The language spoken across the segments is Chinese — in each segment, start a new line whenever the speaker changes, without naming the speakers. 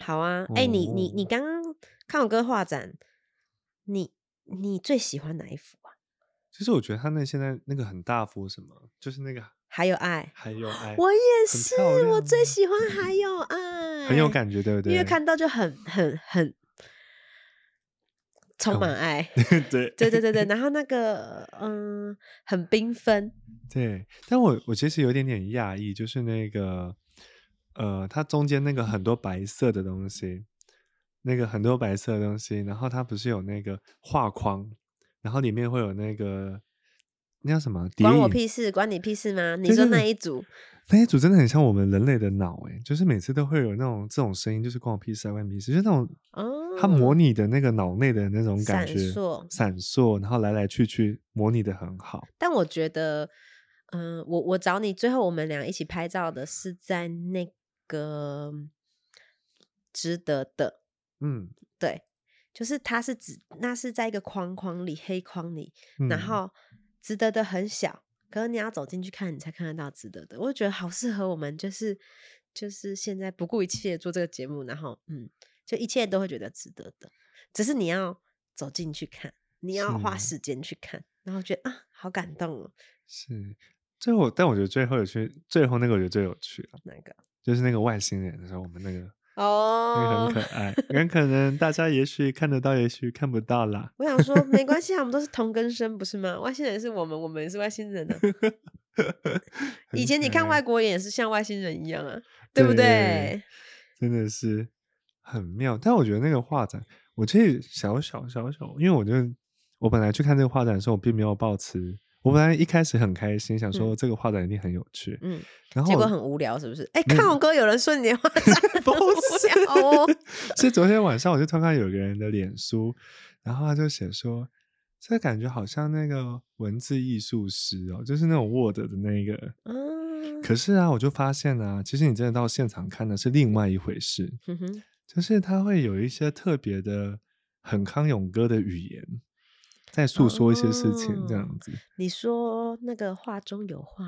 好啊，哎、你
哦
你你刚刚看我哥画展，你你最喜欢哪一幅啊？
其实我觉得他那现在那个很大幅什么，就是那个
还有爱，
还有爱，
我也
哎很
是
漂，
我
亮
最
啊
喜欢还有爱，
很有感觉，对不对？
因为看到就很很很充满 爱，
对
对对对对，然后那个嗯，很缤纷，
对，但我我其实有一点点讶异，就是那个呃，它中间那个很多白色的东西，那个很多白色的东西，然后它不是有那个画框，然后里面会有那个那叫什么？
关
蝶
我
影
屁事，关你屁事吗？你
对
说
对
那
对
一组，
那一组真的很像我们人类的脑诶、就是每次都会有那种这种声音，就是关我屁事啊，关你屁事，就是那种
哦
它模拟的那个脑内的那种感
闪
觉，
烁
闪烁，然后来来去去模拟的很好。
但我觉得，嗯、我我找你，最后我们俩一起拍照的是在那个值得的，
嗯，
对，就是它是指那是在一个框框里，黑框里，然
嗯
后值得的很小，可是你要走进去看，你才看得到值得的。我就觉得好适合我们，就是就是现在不顾一切做这个节目，然后嗯，就一切都会觉得值得的，只是你要走进去看，你要花
是
时间去看，然后觉得啊，好感动哦，
是最后，但我觉得最后有趣，最后那个我觉得最有趣啊，
那个
就是那个外星人的时候，我们那个那个
哦
很。可爱，很可能大家也许看得到，也许看不到啦。
我想说，没关系啊，我们都是同根生，不是吗？外星人是我们，我们也是外星人 啊。以
很
前你
可
看
爱
外国人也是像外星人一样啊，对不对
对？真的是很妙。但我觉得那个画展，我其实小小小小，因为我就我本来去看这个画展的时候，我并没有抱持，我本来一开始很开心，想说这个画展一定很有趣，
嗯，
然后
结果
我
很无聊，是不是？哎、
没有
看我哥有人说你的话真的很
不
无
是
聊哦，
是昨天晚上我就突然看有个人的脸书，然后他就写说，这感觉好像那个文字艺术师哦，就是那种 Word 的那个。
嗯，
可是啊，我就发现啊，其实你真的到现场看的是另外一回事，
哼哼
就是他会有一些特别的，很康永哥的语言，在诉说一些事情，这
哦
样子。
你说那个话中有话，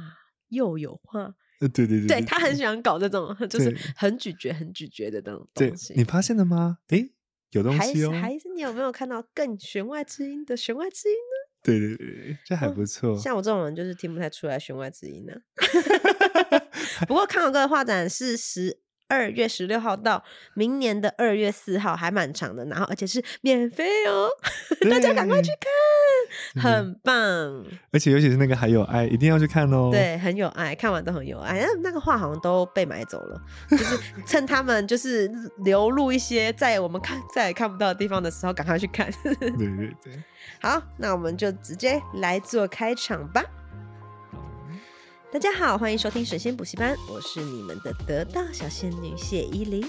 又有话，
呃，对对对，
对他很喜欢搞这 种，就是
对
很咀嚼、很咀嚼的那种
对
东西。
你发现了吗？诶，有东
还
西
是
哦。
还是你有没有看到更弦外之音的弦外之音呢？
对对对对，这还
哦
不错。
像我这种人就是听不太出来弦外之音呢、啊 不 过康永哥的画展是十二月十六号到明年的二月四号，还蛮长的，然后而且是免费哦，大家赶快去看，
对嗯真的
很棒，
而且尤其是那个还有爱，一定要去看哦。
对，很有爱，看完都很有爱。那那个画好像都被买走了，就是趁他们就是流入一些在我们看再也看不到的地方的时候，赶快去看。
对对对，
好，那我们就直接来做开场吧。大家好，欢迎收听水仙补习班，我是你们的得道小仙女谢依霖。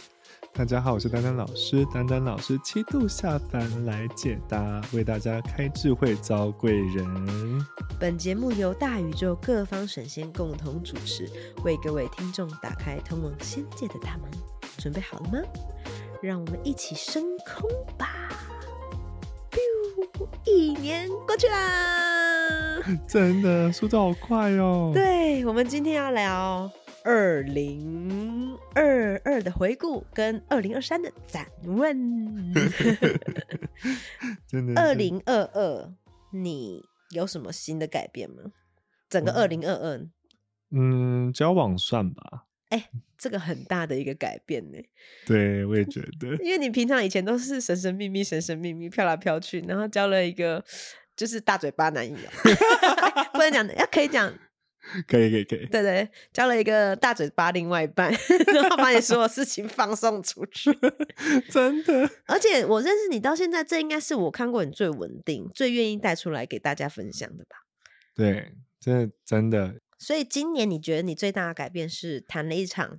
大家好，我是丹丹老师，丹丹老师七度下凡来解答，为大家开智慧招贵人。
本节目由大宇宙各方神仙共同主持，为各位听众打开通往仙界的大门。准备好了吗？让我们一起升空吧！biu，一年过去啦。
真的速度好快哦。，
对，我们今天要聊二零二二的回顾跟二零二三的展望。
真的是。
二零二二，你有什么新的改变吗？整个二零二二，
嗯，交往算吧。
这个很大的一个改变呢、
对，我也觉得。
因为你平常以前都是神神秘秘、神神秘秘飘来飘去，然后交了一个就是大嘴巴男友，不能讲的，要可以讲，
可以可以可 以，
对对，交了一个大嘴巴另外一半， 然后把你所有事情放送出去。
真的。
而且我认识你到现在，这应该是我看过你最稳定、最愿意带出来给大家分享的吧。
对，真的真的。
所以今年你觉得你最大的改变是谈了一场，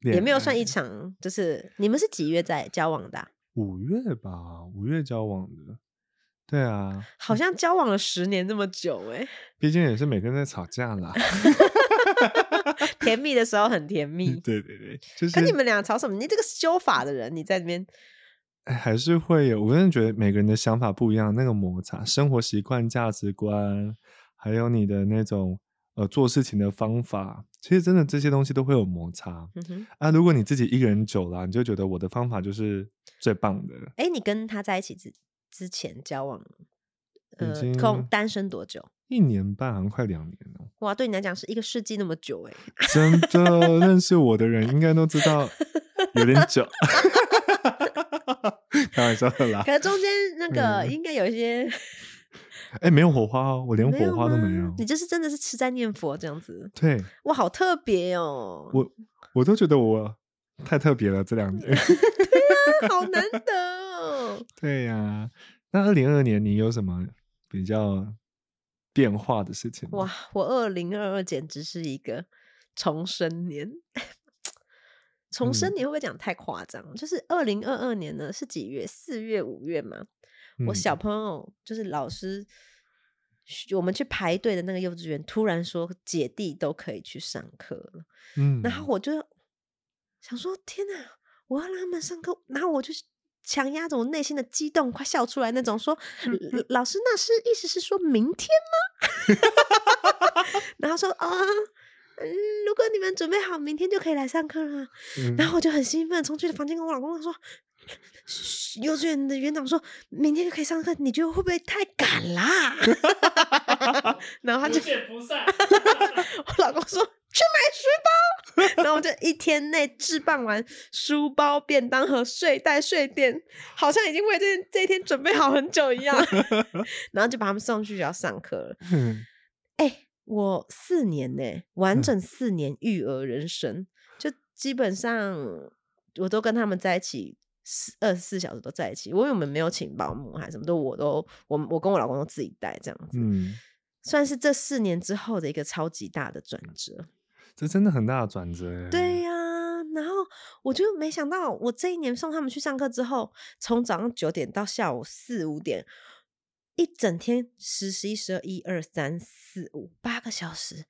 也没有算一场，就是你们是几月在交往的啊、
五月吧，五月交往的。对啊，
好像交往了十年这么久 哎、
毕竟也是每天在吵架 啦。
甜蜜的时候很甜蜜。
对对对，嗯就是
可你们俩吵什么？你这个修法的人，你在那边
哎还是会有。我真的觉得每个人的想法不一样，那个摩擦、生活习惯、价值观，还有你的那种呃做事情的方法，其实真的这些东西都会有摩擦
嗯哼，
啊。如果你自己一个人久了啊，你就觉得我的方法就是最棒的。
哎，你跟他在一起之之前交往，
已
呃，
经
空单身多久？
一年半，好像快两年了。
哇，对你来讲是一个世纪那么久哎、
啊真的认识我的人应该都知 道，有点久。 开玩笑的啦，
可是中间那个
嗯
应该有一些
哎、没有火花哦，我连
没有
火花都没
吗
有。
你就是真的是吃斋念佛这样子，
对
哇，好特别哦，
我， 我都觉得我太特别了，这两 年。
好难得哦。
对呀、那二零二年你有什么比较变化的事情吗？
哇，我二零二二简直是一个重生年。 重生
嗯
年会不会讲太夸张？就是二零二二年呢，是几月？四月、五月嘛。我
嗯
小朋友就是老师，我们去排队的那个幼稚园，突然说姐弟都可以去上课了。
嗯，
然后我就想说：天哪，我要让他们上课。然后我就强压着我内心的激动，快笑出来那种说
嗯
老老师，那是意思是说明天吗？ 然后说啊。嗯，如果你们准备好，明天就可以来上课了。
嗯，
然后我就很兴奋，冲去房间跟我老公说：“嘘幼稚园的园长说明天就可以上课，你觉得会不会太赶啦？” 然后他就
不见不散。
我老公说去买书包， 然后我就一天内置办完书包、便当和睡袋、睡垫，好像已经为这这一天准备好很久一 样。然后就把他们送去学校上课了。
嗯
哎、我四年呢、完
嗯
整四年育儿人生，就基本上我都跟他们在一起。二十四小时都在一起，因为我们没有请保姆还是什么都，我都我我跟我老公都自己带这样子，
嗯，
算是这四年之后的一个超级大的转折。
这真的很大的转折。
对，呀、然后我就没想到，我这一年送他们去上课之后，从早上九点到下午四五点，一整天十、十一、十二、一二三四五八个小时，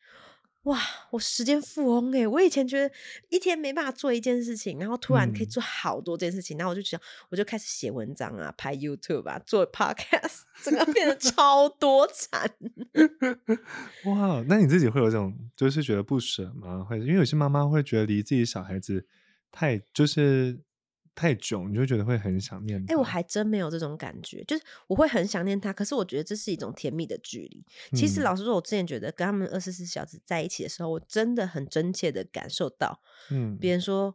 哇！我时间富翁诶、我以前觉得一天没办法做一件事情，然后突然可以
嗯
做好多件事情，然后我就想，我就开始写文章啊，拍 YouTube 啊，做 Podcast，整 个变得超多产。
哇，那你自己会有这种就是觉得不舍吗？会，因为有些妈妈会觉得离自己小孩子太就是太久，你就觉得会很想念他。
哎、我还真没有这种感觉，就是我会很想念他，可是我觉得这是一种甜蜜的距离。其实
嗯
老实说，我之前觉得跟他们二十四小时在一起的时候，我真的很真切的感受到
嗯
别人说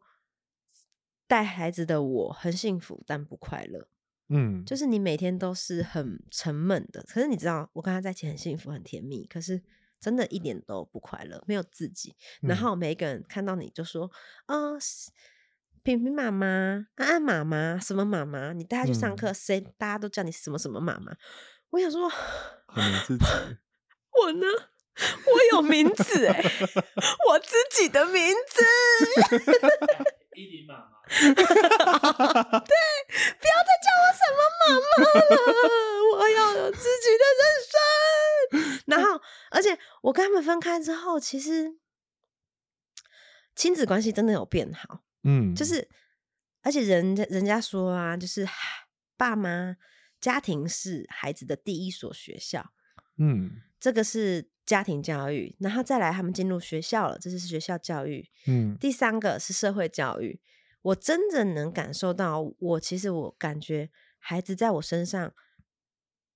带孩子的我很幸福，但不快乐。
嗯
就是你每天都是很沉闷的，可是你知道，我跟他在一起很幸福、很甜蜜，可是真的一点都不快乐，没有自己。然
嗯
后每一个人看到你就说：“啊、是平平妈妈、安安妈妈、什么妈妈，你带她去上
嗯
课，谁大家都叫你什么什么妈妈。”我想说，
很没自己。
我呢，我有名字哎、我自己的名字，
伊琳妈妈，
不要再叫我什么妈妈了，我要有自己的人生。然后，而且我跟他们分开之后，其实亲子关系真的有变好，
嗯，
就是而且人家人家说啊，就是爸妈家庭是孩子的第一所学校，
嗯
这个是家庭教育，然后再来他们进入学校了，这是学校教育，
嗯
第三个是社会教育，我真正能感受到我，其实我感觉孩子在我身上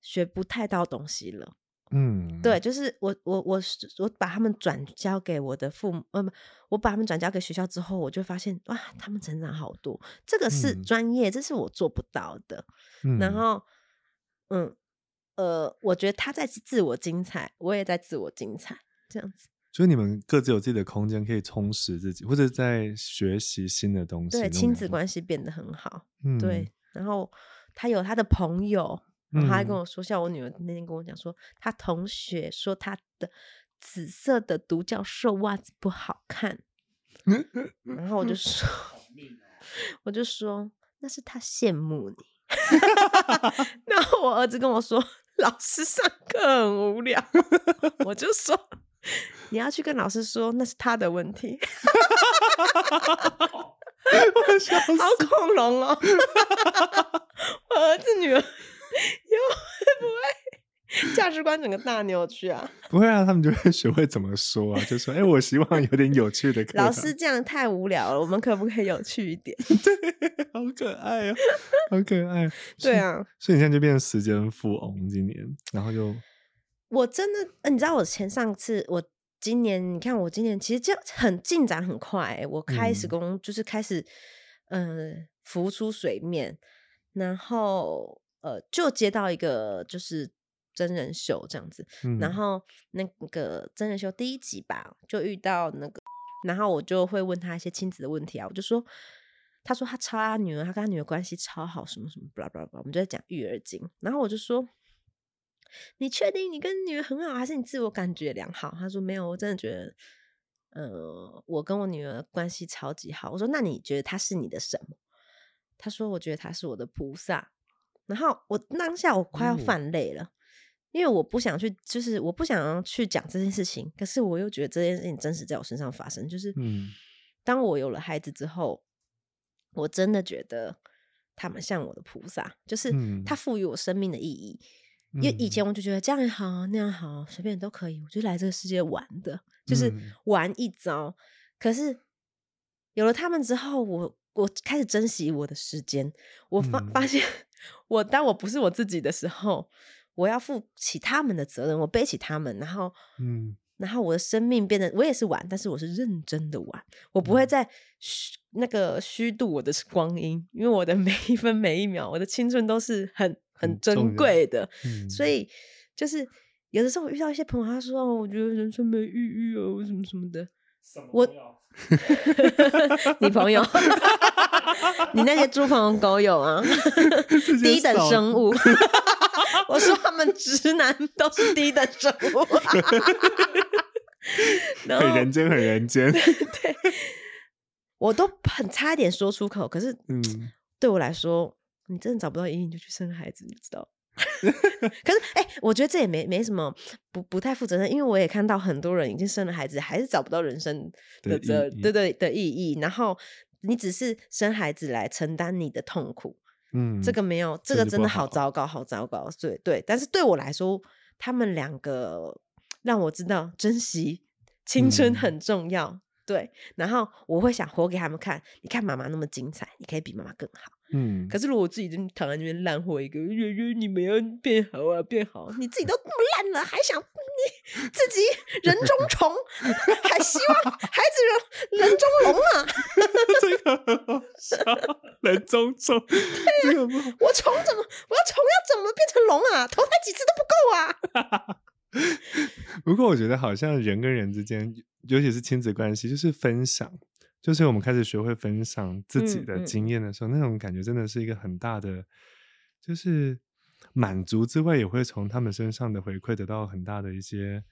学不太到东西了。
嗯，
对，，就是我我我是我把他们转交给我的父母，呃，不，我把他们转交给学校之后，我就发现哇，他们成长好多，这个是
嗯
专业，这是我做不到的。然
嗯
后，嗯，呃，我觉得他在自我精彩，我也在自我精彩，这样子。
就是你们各自有自己的空间，可以充实自己，或者在学习新的东西。
对，
那种
亲
感
子
觉，
关系变得很好。
嗯，
对，，然后他有他的朋友，然后他还跟
嗯
我说，像我女儿那天跟我讲说，她同学说她的紫色的独角兽袜子不好看，然后我就说，
命哦，
我就说那是他羡慕你， 然后我儿子跟我说，老师上课很无聊， 我就说。 你要去跟老师说，那是他的问题，
我笑死
好恐 龙哦！我儿子女儿以后会不会价值观整个大扭曲啊！
不会啊，他们就会学会怎么说啊，就说：“哎、我希望有点有趣的课堂。”
老师这样太无聊了，我们可不可以有趣一 点？
好可爱哦，好可爱哦。所
对
以，
啊，
所以你现在就变成时间富翁，今年，然后就
我真的，呃你知道我前上次我今年，你看我今年其实这样很进展很快、我开始
嗯
工、就是开始，呃，浮出水面，然后呃，就接到一个就是真人秀这样子，
嗯，
然后那个真人秀第一集吧，就遇到那个，然后我就会问他一些亲子的问题啊，我就说，他说他超爱他女儿，他跟他女儿关系超好，什么什么，blah blah blah，我们就在讲育儿经，然后我就说。你确定你跟女儿很好，还是你自我感觉良好？他说没有，我真的觉得，呃，我跟我女儿关系超级好。我说那你觉得她是你的什么？他说我觉得她是我的菩萨。然后我当下我快要
哦
泛泪了，因为我不想去，就是我不想要去讲这件事情，可是我又觉得这件事情真实在我身上发生，就是
嗯
当我有了孩子之后，我真的觉得他们像我的菩萨，就是
嗯
他赋予我生命的意义。因为以前我就觉得这样也好，那样好，随便都可以，我就来这个世界玩的，就是
嗯
玩一遭。可是有了他们之后，我我开始珍惜我的时间，我发、
嗯
发现我当我不是我自己的时候，我要负起他们的责任，我背起他们，然后
嗯
然后我的生命变得，我也是玩，但是我是认真的玩，我不会
嗯
再虚那个虚度我的光阴，因为我的 每一分每一秒，我的青春都是很很
很重
珍
要
贵的，
嗯，
所以就是有的时候我遇到一些朋友，他说、哦、我觉得人生没意义哦，什么什么的，
什么
我
都 要
你朋友， 你那些猪朋友狗友 啊，
接
低等
扫
生 物。我说他们直男都是低等生物，啊然
很
后
人间，很人间。
我都很差一点说出口，可是
嗯，
对我来说，你真的找不到原因，你就去生孩子，你知 道？可是，哎、我觉得这也没没什么不不太负责任，因为我也看到很多人已经生了孩子，还是找不到人生的
的
责
意义
对对的意义。然后你只是生孩子来承担你的痛苦，
嗯，
这个没有，这
这
个
就
真
不
的好
好
糟糕，好糟糕。对对，但是对我来说，他们两个让我知道珍惜青春
嗯
很重要。对，然后我会想活给他们看，你看妈妈那么精彩，你可以比妈妈更好。
嗯，
可是如果我自己就躺在那边烂货一个，月月你们要变好啊，变好，你自己都这么烂了，还想你自己人中虫，还希望孩子人人中龙啊？
这个很好笑，人中中，
啊
这个不好
我虫怎么，我要虫要怎么变成龙啊？投胎几次都不够啊！
不过我觉得好像人跟人之间，尤其是亲子关系，就是分享，就是我们开始学会分享自己
嗯
的
嗯
经验的时候，那种感觉真的是一个很大的，就是满足之外，也会从他们身上的回馈得到很大的一些，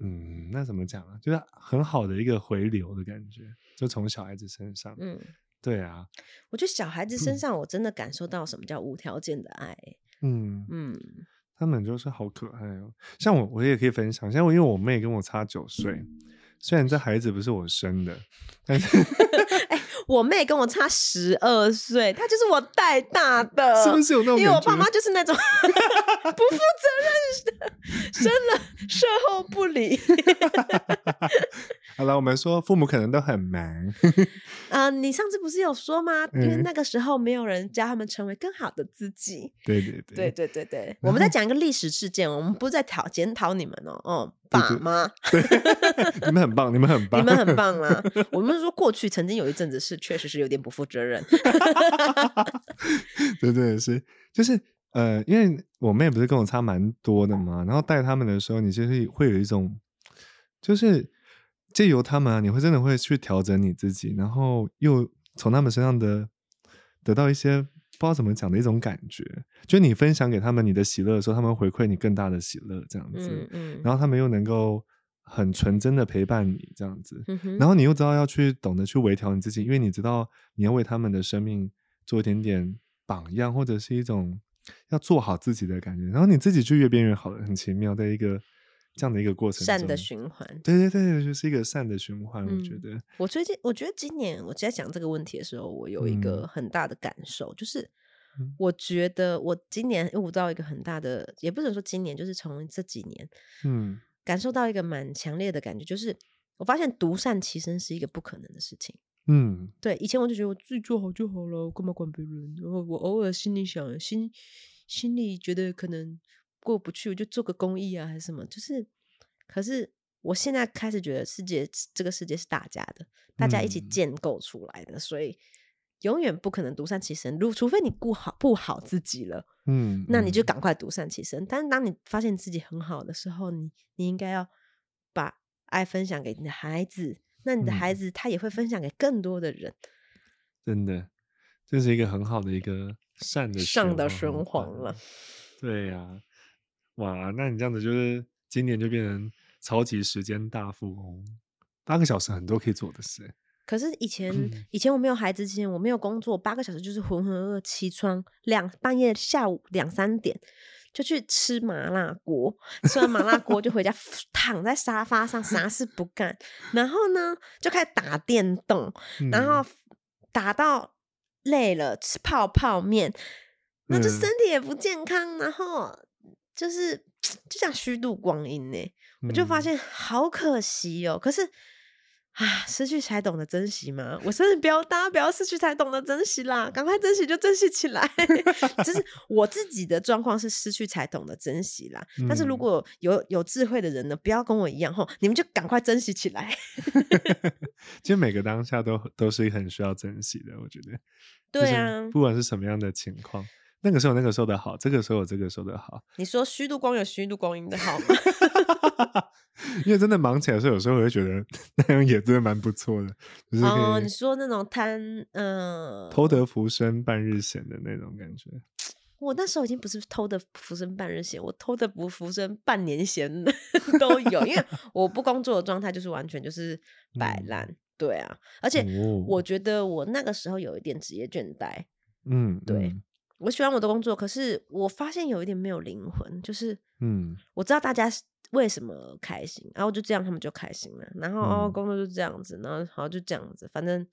嗯，那怎么讲啊？就是很好的一个回流的感觉，就从小孩子身上。
嗯，
对啊，
我觉得小孩子身上我真的感受到什么叫无条件的爱。
嗯，
嗯
他们就是好可爱哦。像我，我也可以分享，像我，因为我妹跟我差九岁，虽然这孩子不是我生的，但是。
我妹跟我差十二岁，她就是我带大的，
是不是有那种
呃因为我
感觉？
爸妈就是那种 不负责任的，生了售后不理。
好了，我们说父母可能都很忙，
呃，你上次不是有说吗？因为
嗯
那个时候没有人教他们成为更好的自己。
对对对
对对对
嗯
对，我们在讲一个历史事件，我们不是在讨检讨你们哦，哦，
对
爸
对
妈，
你们很棒，你们很棒，
你们 很棒啦。我们说过去曾经有一阵子是确实是有点不负责 任，
对，真的是，就是呃，因为我妹不是跟我差蛮多的嘛，然后带他们的时候，你就是会有一种，就是借由他们、啊，你会真的会去调整你自己，然后又从他们身上的得到一些。不知道怎么讲的一种感觉，就你分享给他们你的喜乐的时候，他们回馈你更大的喜乐，这样子，
嗯嗯，
然后他们又能够很纯真的陪伴你，这样子，
嗯哼
然后你又知道要去懂得去微调你自己，因为你知道你要为他们的生命做一点点榜样，或者是一种要做好自己的感觉。然后你自己就越变越好了，很奇妙的一个这样的一个过程中。
善的循环。
对对对，就是一个善的循环。我觉
嗯
得，
我最近我觉得今年我在讲这个问题的时候，我有一
嗯
个很大的感受，就是
嗯
我觉得我今年悟到一个很大的，也不能说今年，就是从这几年
嗯
感受到一个蛮强烈的感觉，就是我发现独善其身是一个不可能的事情。
嗯
对，以前我就觉得我自己做好就好了，我干嘛管别人？然后我偶尔心里想，心心里觉得可能过不去，我就做个公益啊，还是什么。就是，可是我现在开始觉得世界这个世界是大家的，大家一起
嗯
建构出来的，所以永远不可能独善其身。如除非你顾好不好自己了，
嗯，
那你就
嗯
赶快独善其身。但是当你发现自己很好的时候，你你应该要把爱分享给你的孩子，那你的孩
嗯
子他也会分享给更多的人。
真的，这是一个很好的一个善的哦
上的循环
循环
了。
对呀、哇，那你这样子就是今年就变成超级时间大富翁，八个小时很多可以做的事欸。
可是以前、
嗯
以前我没有孩子之前，我没有工作，八个小时就是浑浑噩噩起床，两半夜下午两三点就去吃麻辣锅，吃完麻辣锅就回家躺在沙发上啥事不干，然后呢就开始打电动，然后
嗯
打到累了，吃泡泡面，那就
嗯
身体也不健康，然后就是就像虚度光阴呢、
嗯
我就发
嗯
现好可惜哦。可是啊，失去才懂得珍惜嘛。我真的不要，大家不要失去才懂得珍惜啦，赶快珍惜就珍惜起来。 就是我自己的状况是失去才懂得珍惜啦。但是如
嗯
果有有智慧的人呢，不要跟我一样吼，你们就赶快珍惜起来。
嗯其实每个当下都都是很需要珍惜的，我觉得。就
对
是
啊
不管是什么样的情况，那个时候有那个时候的好，这个时候有这个时候的好，
你说虚度光有虚度光阴的好吗？
因为真的忙起来的时候，有时候我会觉得 那样也真的蛮不错的， 就是
哦，
可
你
以
说那种贪，嗯、
偷得浮生半日闲的那种感觉。
我那时候已经不是偷的浮生半日闲，我偷的不浮生半年闲 都有，因为我不工作的状态就是完全就是摆
嗯
烂。对啊，而且
哦
我觉得我那个时候有一点职业倦怠。
嗯，
对我喜欢我的工作，可是我发现有一点没有灵魂，就是
嗯，
我知道大家是为什么开心，然后就这样他们就开心了，然后、哦
嗯
工作就这样子，然后好就这样子，反正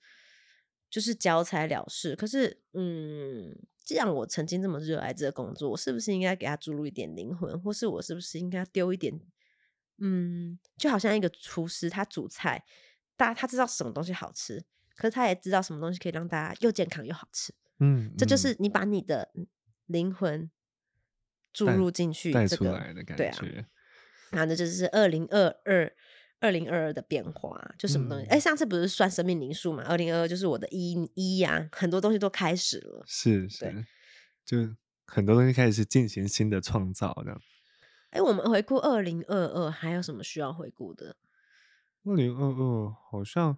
就是交差了事。可是嗯，既然我曾经这么热爱这个工作，我是不是应该给它注入一点灵魂，或是我是不是应该丢一点嗯，就好像一个厨师他煮菜，大他知道什么东西好吃，可是他也知道什么东西可以让大家又健康又好吃。
嗯嗯，
这就是你把你的灵魂注
带
入进去
带
这
出
个
来的感
对啊
觉。
然后这就是二零二二。二零二二的变化就什么东西？哎、
嗯
上次不是算生命灵数嘛？二零二二就是我的一一呀，很多东西都开始了。
是
对
是，就很多东西开始进行新的创造，这样。
哎、我们回顾二零二二，还有什么需要回顾的？
二零二二好像，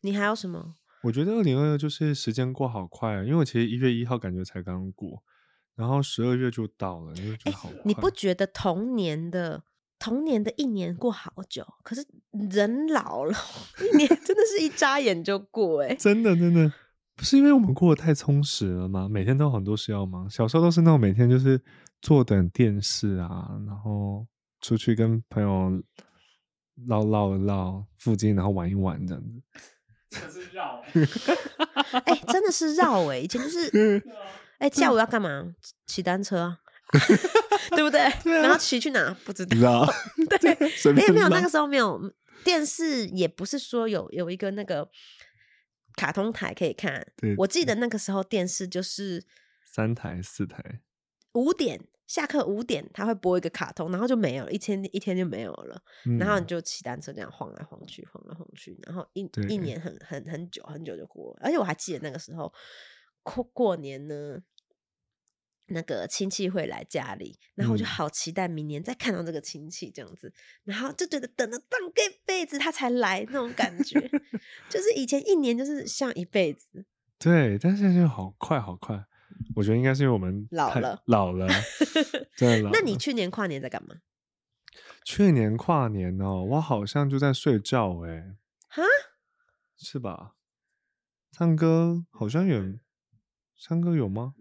你还有什么？
我觉得二零二二就是时间过好快啊，因为我其实一月一号感觉才刚过，然后十二月就到了，你就觉得好快。
哎你不觉得童年的童年的一年过好久？可是人老了，一年真的是一眨眼就过 哎、
真的真的不是因为我们过得太充实了吗？每天都有很多事要忙。小时候都是那种每天就是坐等电视啊，然后出去跟朋友唠唠一唠附近，然后玩一玩这样子。
这个是绕欸，
哎、真的是绕哎、以前 就是
对啊
哎、下午要干嘛？骑单车啊， 对 不对？
对啊
然后骑去哪不知
你
道
知。道？
对，
随
没
便
有没有，那
唠
个时候没有电视，也不是说有有一个那个卡通台可以看。
对
我记得那个时候电视就是
三台四台，
五点下课五点，他会播一个卡通，然后就没有了，一天一天就没有了。
嗯、
然后你就骑单车这样晃来晃去，晃来晃去，然后一
对
一年很很很久很久就过了。而且我还记得那个时候过过年呢，那个亲戚会来家里，然后我就
嗯
好期待明年再看到这个亲戚这样子，然后就觉得等了半个辈子他才来那种感觉，就是以前一年就是像一辈子，
对，但现在就好快好快。我觉得应该是因为我们
老
太
了
老了，真的老了。
那你去年跨年在干嘛？
去年跨年哦，我好像就在睡觉哎、
哈，
是吧？唱歌好像有，唱歌有吗？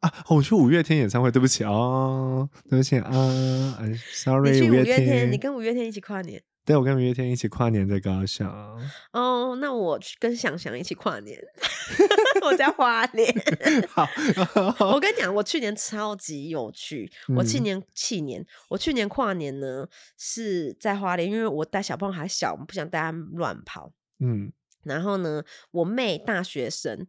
啊，哦我去五月天演唱会，对不起啊、哦，对不起啊，I'm
你
sorry，
去
五
五
月
月天，你跟五月天一起跨年，
对，我跟明月天一起跨年在高雄，
哦，那我去跟想想一起跨年， 我在花莲。
好，
我跟你讲，我去年超级有趣。我去
嗯
年去年，我去年跨年呢是在花莲，因为我带小朋友还小，我不想带他们乱跑。
嗯
然后呢，我妹大学生，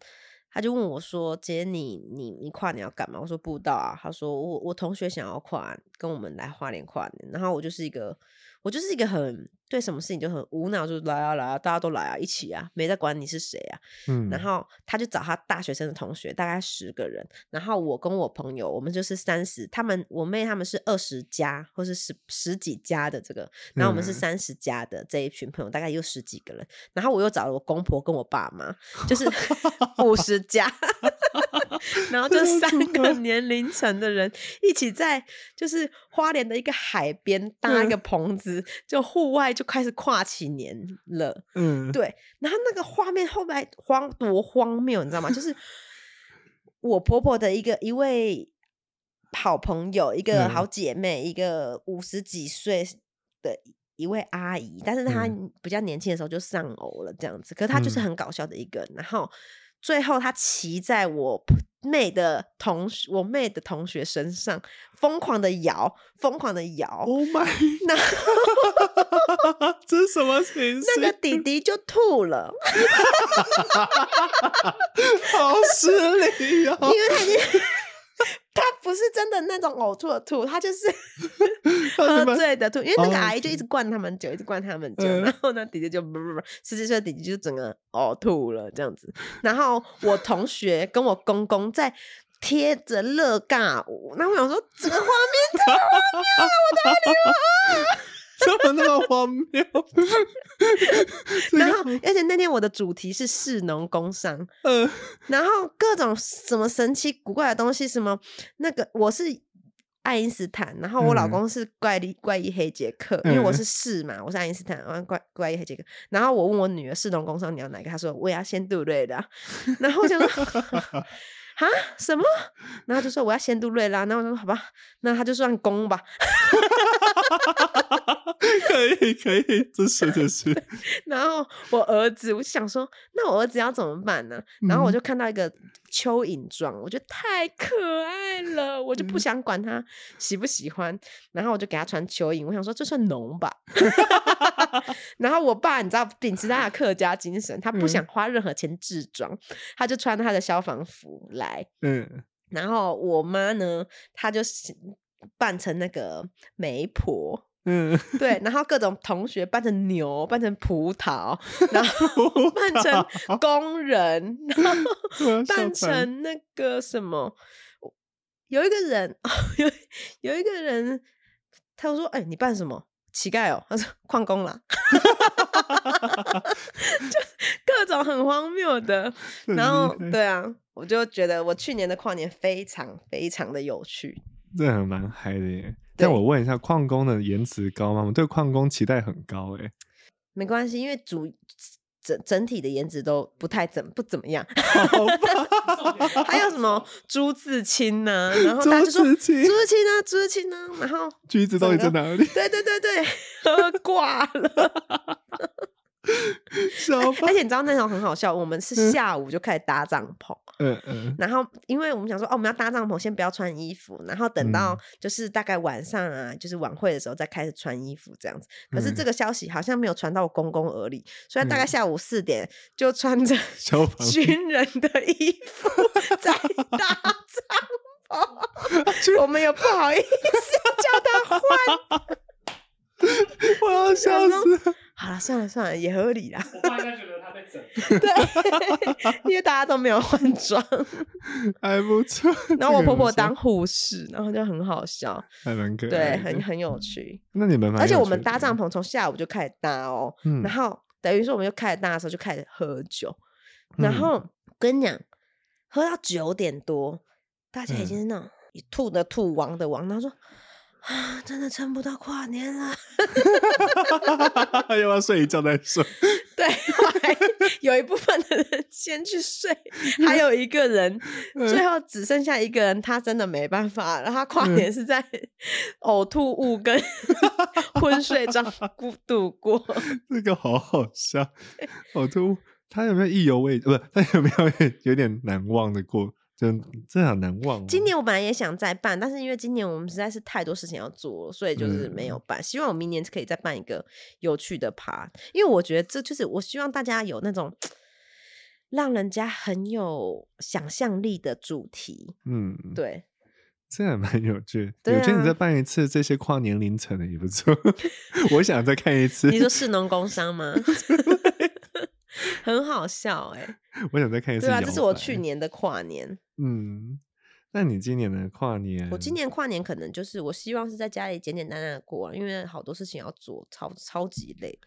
她就问我说：“姐，你你你跨年要干嘛？”我说：“不知道啊。”她说：“我我同学想要跨，跟我们来花莲跨年。”然后我就是一个，我就是一个很对什么事情就很无脑，就来啊来啊，大家都来啊，一起啊，没在管你是谁啊。
嗯，
然后他就找他大学生的同学，大概十个人，然后我跟我朋友，我们就是三十，他们我妹他们是二十加或是十十几加的这个，然后我们是
嗯
三十加的这一群朋友，大概又十几个人，然后我又找了我公婆跟我爸妈，就是 五十加， 然后就三个年龄层的人一起在就是花莲的一个海边搭
嗯
一个棚子，就户外就开始跨起年了。
嗯，
对，然后那个画面后来荒多荒谬，你知道吗？就是我婆婆的一个一位好朋友，一个
嗯
好姐妹，一个五十几岁的一位阿姨，但是她
嗯
比较年轻的时候就丧偶了，这样子。可是她就是
嗯
很搞笑的一个人，然后最后她骑在我妹的同学我妹的同学身上，疯狂的摇，疯狂的摇。
，Oh my，
那
这是什么形式？
那个弟弟就吐了，
好失礼哦
因，为他已经 他不是真的那种呕吐的吐，他就是
那
喝
哦你们
醉的吐。因为那个
哦
阿姨就一直灌他们酒，一直灌他们酒，
嗯
然后呢，弟弟就不 不不，十几岁的弟弟就整个呕吐了这样子。然后我同学跟我公公在。贴着乐尬舞，那我想说， 整个画面
怎么那么荒 谬？这个
然后，而且那天我的主题是士农工商，
呃，
然后各种什么神奇古怪的东西，什么那个我是爱因斯坦，然后我老
嗯
公是怪力怪医黑杰克，因为我
嗯
是士嘛，我是爱因斯坦，然后怪怪医黑杰克。然后我问我女儿士农工商你要哪个，她说我也要先杜瑞拉，然后我想 说啊什么，然后就说我要先杜瑞拉，然后我说好吧，那他就算公吧，
可以可以，这是这是，
然后我儿子，我就想说，那我儿子要怎么办呢？然后我
嗯
就看到一个蚯蚓状，我觉得太可爱了，我就
嗯
不想管他喜不喜欢，然后我就给他穿蚯蚓，我想说这算浓 吧。然后我爸你知道，秉持他的客家精神，他不
嗯
想花任何钱制装，他就穿他的消防服来，
嗯
然后我妈呢，她就是扮成那个媒婆。
嗯，
对，然后各种同学扮成牛，扮成葡萄，然 后扮成工人，然后
我要笑
扮
翻
成那个什么，我有一个人， 有有一个人，他说：“哎、你扮什么？”乞丐哦，他说矿工 啦，就各种很荒谬的。
很
然后
厉害
对啊，我就觉得我去年的跨年非常非常的有趣。
这很蛮嗨的耶。但
对
我问一下，矿工的颜值高吗？我对矿工期待很高 哎。
没关系，因为主整整体的颜值都不太怎不怎么样。
好吧，
还有什么朱自清呢、然后
朱
大家就说朱
自清
自清呢、朱自清呢、然后
橘子到底在
整
哪里？
对对对对，喝挂 了。
笑吧
而，且你知道那种很好笑，我们是
嗯
下午就开始搭帐篷，
嗯嗯
然后因为我们想说哦，我们要搭帐篷，先不要穿衣服，然后等
嗯
到就是大概晚上啊，就是晚会的时候再开始穿衣服这样子。可是这
嗯
个消息好像没有传到我公公耳里，所以他大概
嗯
下午四点就穿着
消防
军人的衣服在搭
啊
帐篷，我们也不好意思叫他换。
我要笑
想
死了。
好了，算了算了，也合理啦，
我爸应该觉得他被整。
对，因为大家都没有换装。
还不错。
然后我
这个
婆婆
有
当护士，然后就很好笑，
还蛮可爱
对，
的，
很很有趣。
那你们蛮
而且
有
我
趣
们
的
搭帐，篷从下午就开始搭哦，
嗯
然后等于说我们就开始搭的时候就开始喝酒，然
嗯
后跟你讲，喝到九点多，大
嗯
家已经是那种吐的吐，亡的亡，然后说啊，真的撑不到跨年了。
又 要睡一觉再说。
对，后来有一部分的人先去睡，还有一个人最后只剩下一个人，他真的没办法了。他跨年是在呕吐物跟 昏睡中孤度过。
这个好好 笑，呕吐物，他有没有意犹未？不，他有没有有点难忘的过？就这很难忘、哦。
今年我本来也想再办，但是因为今年我们实在是太多事情要做了，所以就是没有办。希望我明年可以再办一个有趣的趴，因为我觉得这就是我希望大家有那种让人家很有想象力的主题。
嗯，，
对，
这还蛮有趣。
对
有趣，
啊
你再办一次这些跨年龄层的也不错。 我想再看一次
你，说士农工商吗？ 很好笑哎、
我想再看一次。
对啊，这是我去。年的跨年。
嗯，那你今年的跨年？
我今年跨年可能就是我希望是在家里简简单单的过，啊因为好多事情要做，超超级累。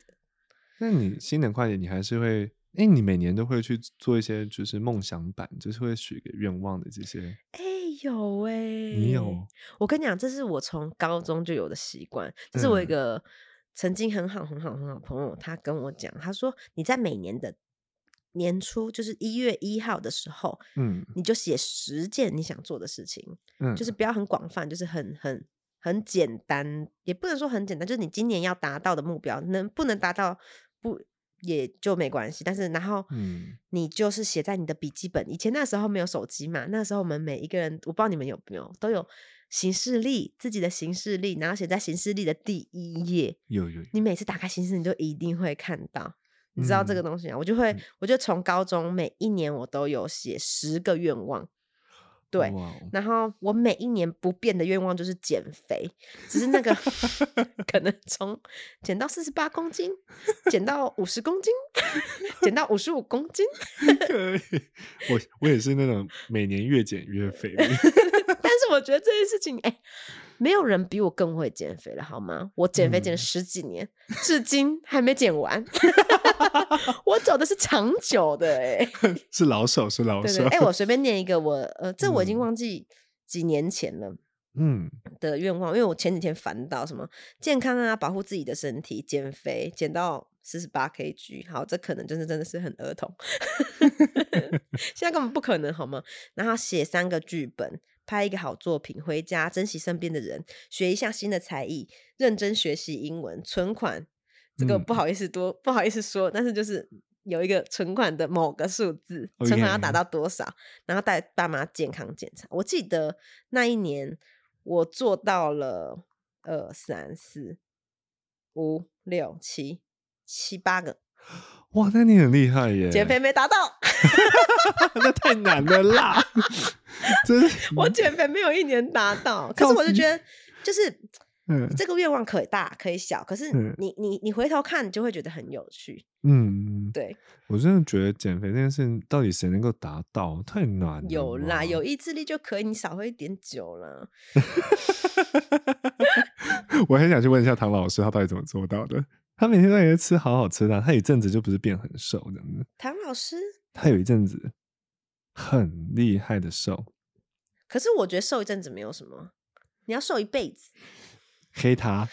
那你新年跨年，你还是会？哎、你每年都会去做一些，就是梦想版，就是会许个愿望的这些。
哎、有哎、
欸你有？
我跟你讲，这是我从高中就有的习惯。就是我有一
嗯
个曾经很好、很好、很好的朋友，他跟我讲，他说你在每年的年初，就是一月一号的时候，
嗯
你就写十件你想做的事情，
嗯，
就是不要很广泛，就是很很很简单，也不能说很简单，就是你今年要达到的目标，能不能达到不也就没关系。但是然后，
嗯
你就是写在你的笔记本。以前那时候没有手机嘛，那时候我们每一个人，我不知道你们有没有，都有行事历，自己的行事历，然后写在行事历的第一页。
有有有。
你每次打开行事历，你就一定会看到。你知道这个
嗯
东西啊？我就会，我就从高中每一年我都有写十个愿望，对，
哇哦
然后我每一年不变的愿望就是减肥，只是 那个可能从减到四十八公斤，减到五十公斤，减到五十五公斤，
可以， 我我也是那种每年越减越肥的。
但是我觉得这件事情，哎、没有人比我更会减肥了，好吗？我减肥减了
嗯
十几年，至今还没减完。 我走的是长久的、哎，
是老手，是老
对
手。
对，哎、我随便念一个，我呃，这我已经
嗯
忘记几年前了。
嗯
的愿望，因为我前几天烦到什么健康啊，保护自己的身体，减肥减到四十八 kg，好，这可能真的真的是很儿童， 现在根本不可能好吗？然后写三个剧本，拍一个好作品，回家珍惜身边的人，学一项新的才艺，认真学习英文，存款，这个
嗯
不好意思多、不好意思说，但是就是。有一个存款的某个数字，存款要达
OK
到多少？然后带爸妈健康检查。我记得那一年我做到了二三四五六七七八个，
哇，那你很厉害耶！
减肥没达到，
那太难了 啦，真是
我减肥没有一年达 到。可是我就觉得，就是
嗯
这个愿望可以大可以小，可是
嗯
你你你回头看，你就会觉得很有趣。
嗯，
对，
我真的觉得减肥这件事情到底谁能够达到，太难了。
有啦，
啊
有，意志力就可以，你少喝一点酒啦。
我很想去问一下唐老师，他到底怎么做到的？他每天都在吃好好吃的啊、他有一阵子就不是变很瘦这样子，
唐老师，
他有一阵子很厉害的瘦，
可是我觉得瘦一阵子没有什么，你要瘦一辈子。
黑他，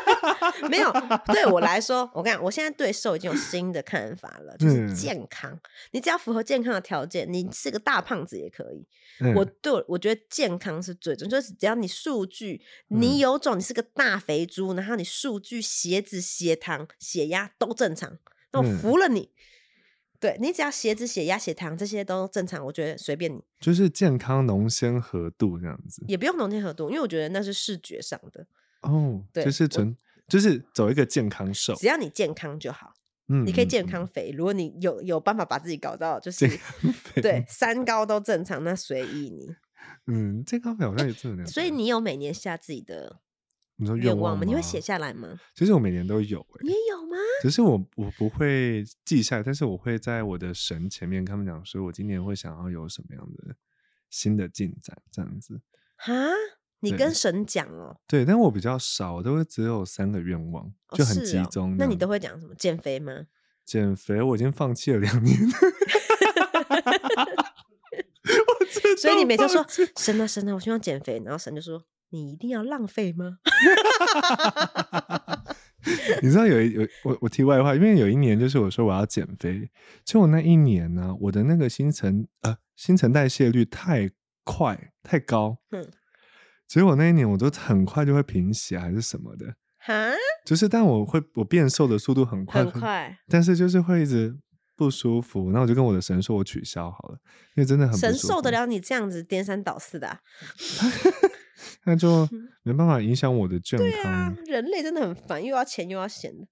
没有，对我来说，我跟你讲，我现在对瘦已经有新的看法了，就是
嗯
健康。你只要符合健康的条件，你是个大胖子也可以。
嗯
我对我我觉得健康是最重要，就是只要你数据，你
嗯
有种，你是个大肥猪，然后你数据、血脂、血糖、血压都正常，那我
嗯
服了你。对你只要血脂、血压、血糖这些都正常，我觉得随便你，
就是健康浓鲜合度这样子。
也不用浓甜合度，因为我觉得那是视觉上的，
哦，
对
就是
我
纯，就是走一个健康瘦，
只要你健康就好。
嗯，
你可以
嗯
健康，肥，如果你有有办法把自己搞到就是
健康肥，
对，三高都正常，那随意你。
嗯，健康肥好像也真的。
所以你有每年下自己的
你说
愿望
啊望
吗？你会写？下来吗？
其实我每年都有、欸，
你也有吗？
只是我我不会记下来，但是我会在我的神前面跟他们讲，说我今年会想要有什么样的新的进展，这样子。
哈，你
对
跟神讲哦，
对，但我比较少，我都会只有三个愿望，
哦
就很
是
集
哦
中这样、
那你都会讲什么？减肥吗？
减肥，我已经放弃了 两年。我知道
所以你每次说
放弃
神啊神啊，我希望减肥，然后神就说你一定要浪费吗？
你知道有一有我我题外话，因为有一年就是我说我要减肥，就我那一年呢、我的那个新陈呃新陈代谢率太快太高，
嗯
结果那一年我都很快就会贫血还是什么的，
哈，
就是但我会我变瘦的速度很快，
很快，
但是就是会一直不舒服，那我就跟我的神说我取消好了，因为真的很不
神
舒
受得
服，
了你这样子颠三倒四的啊、
那就没办法影响我的健
对
康。
啊，人类真的很烦，又要钱又要闲 的，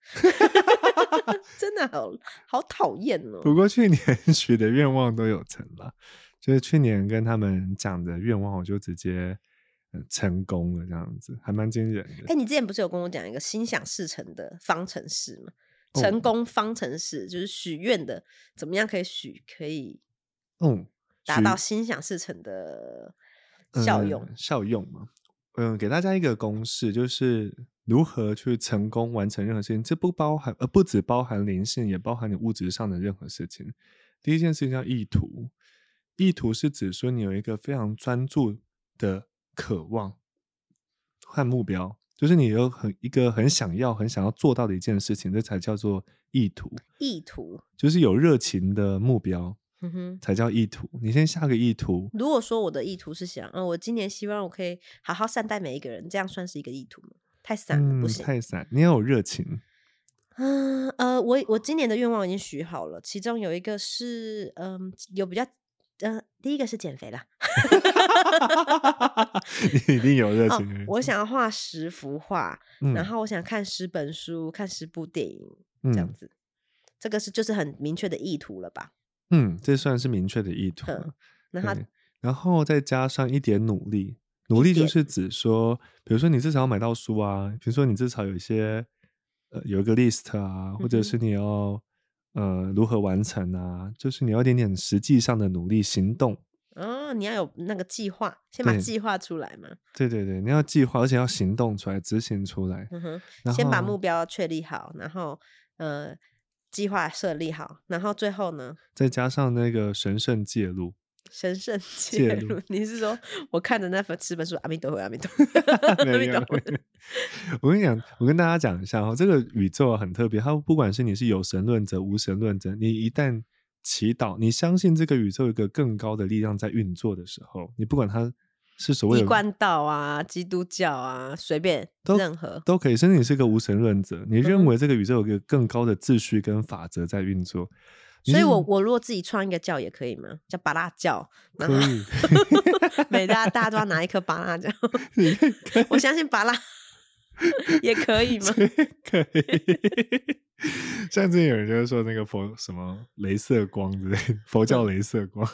真的好好讨厌哦。
不过去年 许的愿望都有成了，就是去年跟他们讲的愿望，我就直接、呃成功了，这样子还蛮惊人
哎、
的。
你之前不是有跟我讲一个心想事成的方程式吗？
哦
成功方程式就是许愿的，怎么样可以许可以
嗯，
达到
许
心想事成的效用？
呃效用嘛，嗯，给大家一个公式，就是如何去成功完成任何事情。这不包含，呃，不只包含灵性，也包含你物质上的任何事情。第一件事情叫意图，意图是指说你有一个非常专注的渴望和目标，就是你有很一个很想要、很想要做到的一件事情，这才叫做意图，
意图，
就是有热情的目标
嗯哼。
才叫意图。你先下个意图，
如果说我的意图是想，嗯，我今年希望我可以好好善待每一个人，这样算是一个意图吗？太散了，
嗯，
不行。
太散，你要有热情。
嗯呃，我我今年的愿望已经许好了，其中有一个是嗯、有比较嗯、第一个是减肥啦，
你一定有热
哦
情的人。，
我想要画十幅画，
嗯，
然后我想看十本书，看十部电影这样
嗯
子，这个是就是很明确的意图了吧？
嗯，这算是明确的意图
嗯
了。
那他
对然后再加上一点努力，努力就
点
是指说，比如说你至少要买到书啊，比如说你至少有一些呃有一个 list 啊，
嗯
或
哼
者是你要、呃如何完成啊，就是你要一点点实际上的努力行动。
哦，你要有那个计划，先把
对
计划出来嘛，
对对对，你要计划，而且要行动出来，执行出来。
嗯哼，
然
先把
后
目标确立好，然后呃计划设立好，然后最后呢
再加上那个神圣介入，
神圣
介
介
入
入， 你是说我看的那本十本书《阿弥陀佛》《阿弥 陀 佛》《阿
没
弥
有
陀佛》？
我跟你讲，我跟大家讲一下哈、哦，这个宇宙啊很特别，它不管是你是有神论者、无神论者，你一旦祈祷，你相信这个宇宙有一个更高的力量在运作的时候，你不管它是所谓
一
的
贯道啊，基督教啊，随便
都
任何，
都可以，甚至你是个无神论者，你认
嗯
为这个宇宙有一个更高的秩序跟法则在运作， 你
所以
是
我我如果自己创一个教也可以吗？叫巴拉教，然
可
后
以，
每大家大家都要拿一颗巴拉 教，
你可以
我相信巴拉 也可以吗？
可以。 像之前有人就是说那个佛什么镭射光之类的，佛教
嗯
镭射光。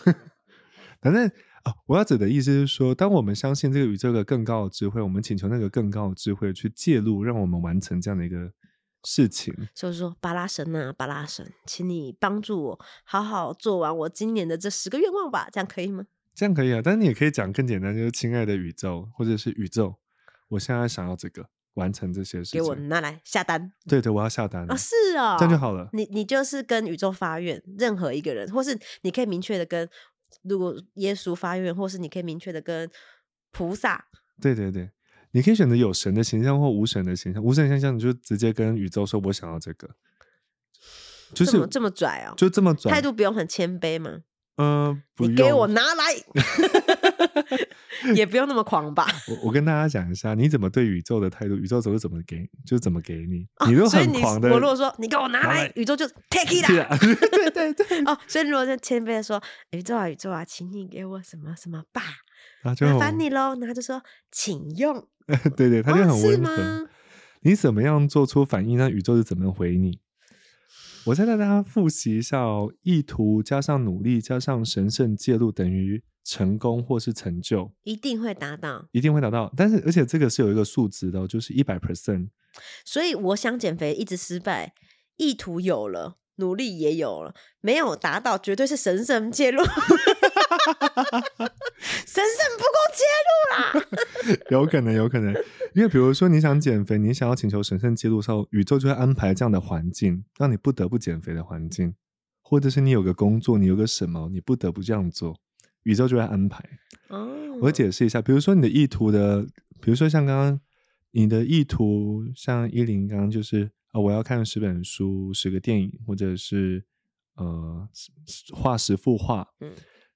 反正哦，我要指的意思是说，当我们相信这个宇宙的更高的智慧，我们请求那个更高的智慧去介入，让我们完成这样的一个事情。
所以说，巴拉神呐、巴拉神，请你帮助我好好做完我今年的这十个愿望吧，这样可以吗？
这样可以啊，但是你也可以讲更简单，就是亲爱的宇宙，或者是宇宙，我现在想要这个，完成这些事情。
给我拿来下单
对对，我要下单
啊、
了，
是啊、哦，
嗯这样就好了。
你你就是跟宇宙发愿，任何一个人，或是你可以明确的跟，如果耶稣发愿，或是你可以明确的跟菩萨，
对对对，你可以选择有神的形象或无神的形象。无神的形象，你就直接跟宇宙说：“我想要这个。”就
这
是
么这么拽哦
就这么拽
态度不用很谦卑嘛，
嗯、呃，啊不
你给
用
我拿来，也不用那么狂吧。
我我跟大家讲一下，你怎么对宇宙的态度，宇宙怎么怎么给，就怎么给你。你
哦
都
所以
很
你
狂的，
我如果说你给我拿
拿
来
来，
宇宙就 take it
是
啦。
啊，对对 对，
哦，所以如果在谦卑的说，宇宙啊宇宙啊，请你给我什么什么吧，
然后就
麻
很
烦你喽。然后就说请用，
对对，他就
哦
很
是
温和。
吗
你怎么样做出反应，那宇宙是怎么样回你？我再带大家复习一下哦，意图加上努力加上神圣介入等于成功或是成就，
一定会达到。
一定会达到。但是而且这个是有一个数值的、哦，就是一百 percent。
所以我想减肥一直失败，意图有了，努力也有了，没有达到，绝对是神圣介入， 神圣不够介
有可能，有可能，因为比如说你想减肥，你想要请求神圣记录的时候，宇宙就会安排这样的环境，让你不得不减肥的环境，或者是你有个工作，你有个什么，你不得不这样做，宇宙就会安排。
入。哦
我解释一下，比如说你的意图的，比如说像刚刚你的意图像依林刚刚就是呃，我要看十本书、十个电影，或者是呃十画十幅画，
嗯，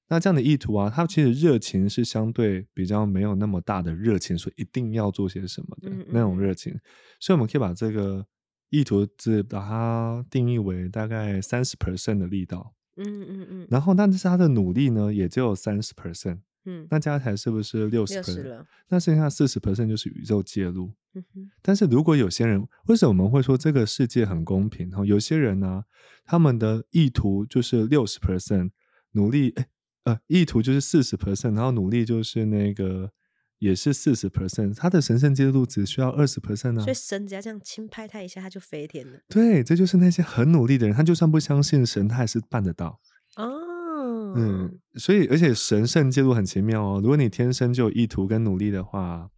那这样的意图啊，它其实热情是相对比较没有那么大的热情，说一定要做些什么的
嗯嗯
那种
嗯
热情，所以我们可以把这个意图字把它定义为大概三十 percent 的力道，
嗯嗯嗯
然后但是他的努力呢也只有三十 percent，
嗯，
那加起来是不是六十
六十
percent？
了，
那剩下四十 percent 就是宇宙介入。
嗯哼，
但是如果有些人，为什么我们会说这个世界很公平？哈，有些人呢、他们的意图就是六十 percent 努力，诶呃，意图就是四十 percent，然后努力就是那个也是四十 percent，他的神圣记录只需要二十 percent 呢
所以。神只要这样轻拍他一下，他就飞天了
对，这就是那些很努力的人，他就算不相信神，他还是办得到。
哦，
嗯，所以而且神圣介入很奇妙哦。如果你天生就有意图跟努力的话，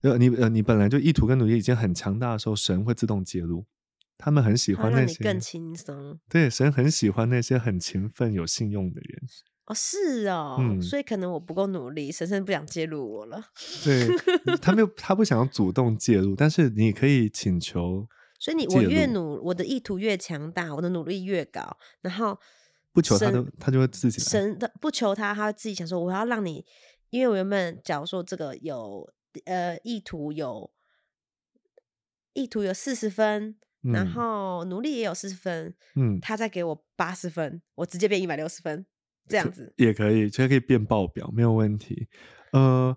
呃，你呃你本来就意图跟努力已经很强大的时候，神会自动介入。他们很喜
它
欢那
啊让你
些
更轻松
对神很喜欢那些很勤奋、有信用的人。
哦，是哦，
嗯
所以可能我不够努力，神神不想介入我了，
对他没有，他不想要主动介入，但是你可以请求，
所以你我
介
越
入
努，我的意图越强大，我的努力越高，然后
不求他
神
都他就会自己来。
神的不求他，他会自己想说，我要让你，因为我原本假如说这个有呃意图有意图有四十分，然
嗯
后努力也有四十分，
嗯，
他再给我八十分，我直接变一百六十分，这 样子。
也可以，就可以变报表，没有问题。呃，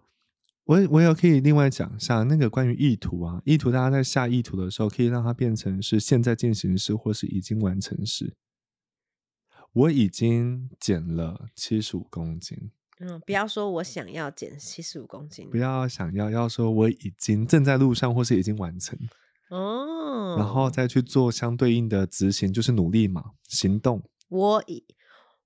我我也可以另外讲一下那个关于意图啊，意图大家在下意图的时候，可以让它变成是现在进行时或是已经完成时。我已经减了七十五公斤，
嗯，不要说我想要减七十五公斤，
不要想要要说我已经正在路上或是已经完成，
哦。
然后再去做相对应的执行，就是努力嘛，行动。
我已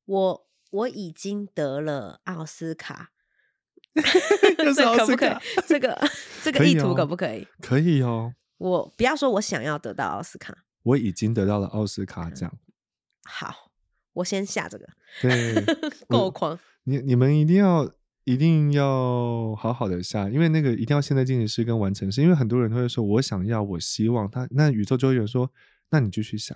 我我已经得了奥斯卡，
又是
这
奥
可
斯
不可
卡
以？这个 这个
可以
意图可
哦
不可以？
可以哦，
我不要说我想要得到奥斯卡，
我已经得到了奥斯卡奖。
好，我先下这个
对，
够狂。
你你们一定要一定要好好的下，因为那个一定要现在进行式跟完成式，因为很多人都会说我想要，我希望他那宇宙就会有人说，那你继续想，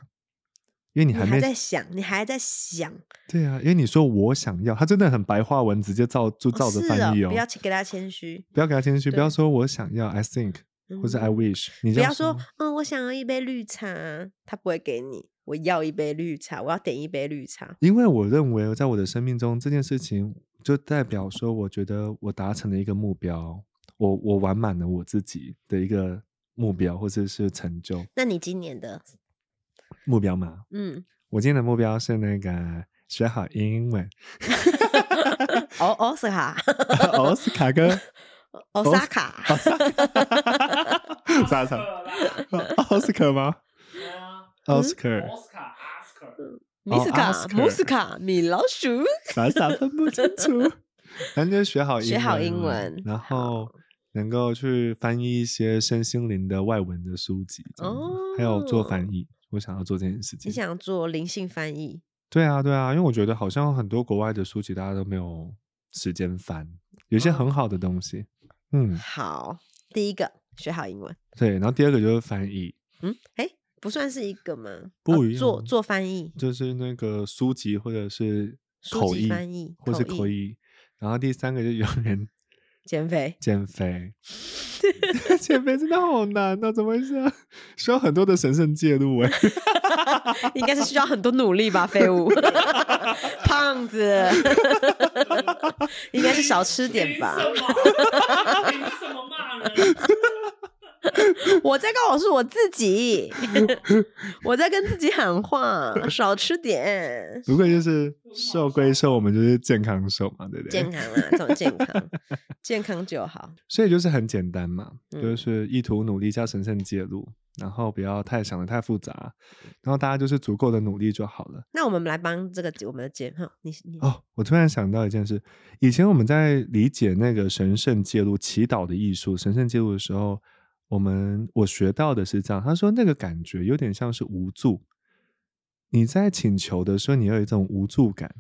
因为你
你
还
还
没
在想，你还在想，
对啊，因为你说我想要，他真的很白话文，直接照就
哦
照着
是
翻译
哦，
哦，
不要去给他谦虚，
不要给他谦虚，不
对
要说我想要 I think 或者 I
嗯
wish，你
不
这样
要说，嗯，我想要一杯绿茶，他不会给你。我要一杯绿茶，我要点一杯绿茶。
因为我认为在我的生命中这件事情，就代表说，我觉得我达成了一个目标，我我完满了我自己的一个目标或者是成就
那你今年的，
目标嘛。
嗯，
我今天的目标是那个学好英 文，
哦，奥斯卡，
奥斯卡 哥，
奥
斯
萨卡，
啥
克
啥
啦，
奥斯卡吗？
对啊
奥斯卡
奥斯卡，奥斯卡，
米斯
哦
卡，
Oscar
摩斯卡，米老鼠。
傻傻分不清楚， 反正就是学好英文，
学好英文
然后能够去翻译一些身心灵的外文的书籍，这样子还有做翻
哦
译。我想要做这件事
你
情。
想做灵性翻译？
对啊，对啊，因为我觉得好像很多国外的书籍大家都没有时间翻，有一些
哦
很好的东西。嗯，
好，第一个学好英文。
对。然后第二个就是翻译，
嗯，哎，不算是一个吗？
不
哦
一样
做
啊
做翻译，
就是那个书籍或者是
书
口
籍
译
翻译
或是
口
口译。然后第三个就有人
减肥。
减肥，减肥真的好难啊！怎么会这样？ 需要很多的神圣介入哎、
应该是需要很多努力吧，废物， 胖 子，应该是少吃点吧。
凭什么？凭什么骂人？
我在告诉我自己， 我在跟自己喊话，少吃 点，
不过就是瘦归瘦，我们就是健康瘦嘛，对不
健
对？
康啊，这种健康，健康就好。
所以就是很简单嘛，
嗯
就是意图努力加神圣介入，然后不要太想的太复杂，然后大家就是足够的努力就好了。
那我们来帮这个节我们的节目，你你
哦，我突然想到一件事，以前我们在理解那个神圣介入、祈祷的艺术、神圣介入的时候，我们我学到的是这样，他说那个感觉有点像是无助。你在请求的时候，你要有一种无助感，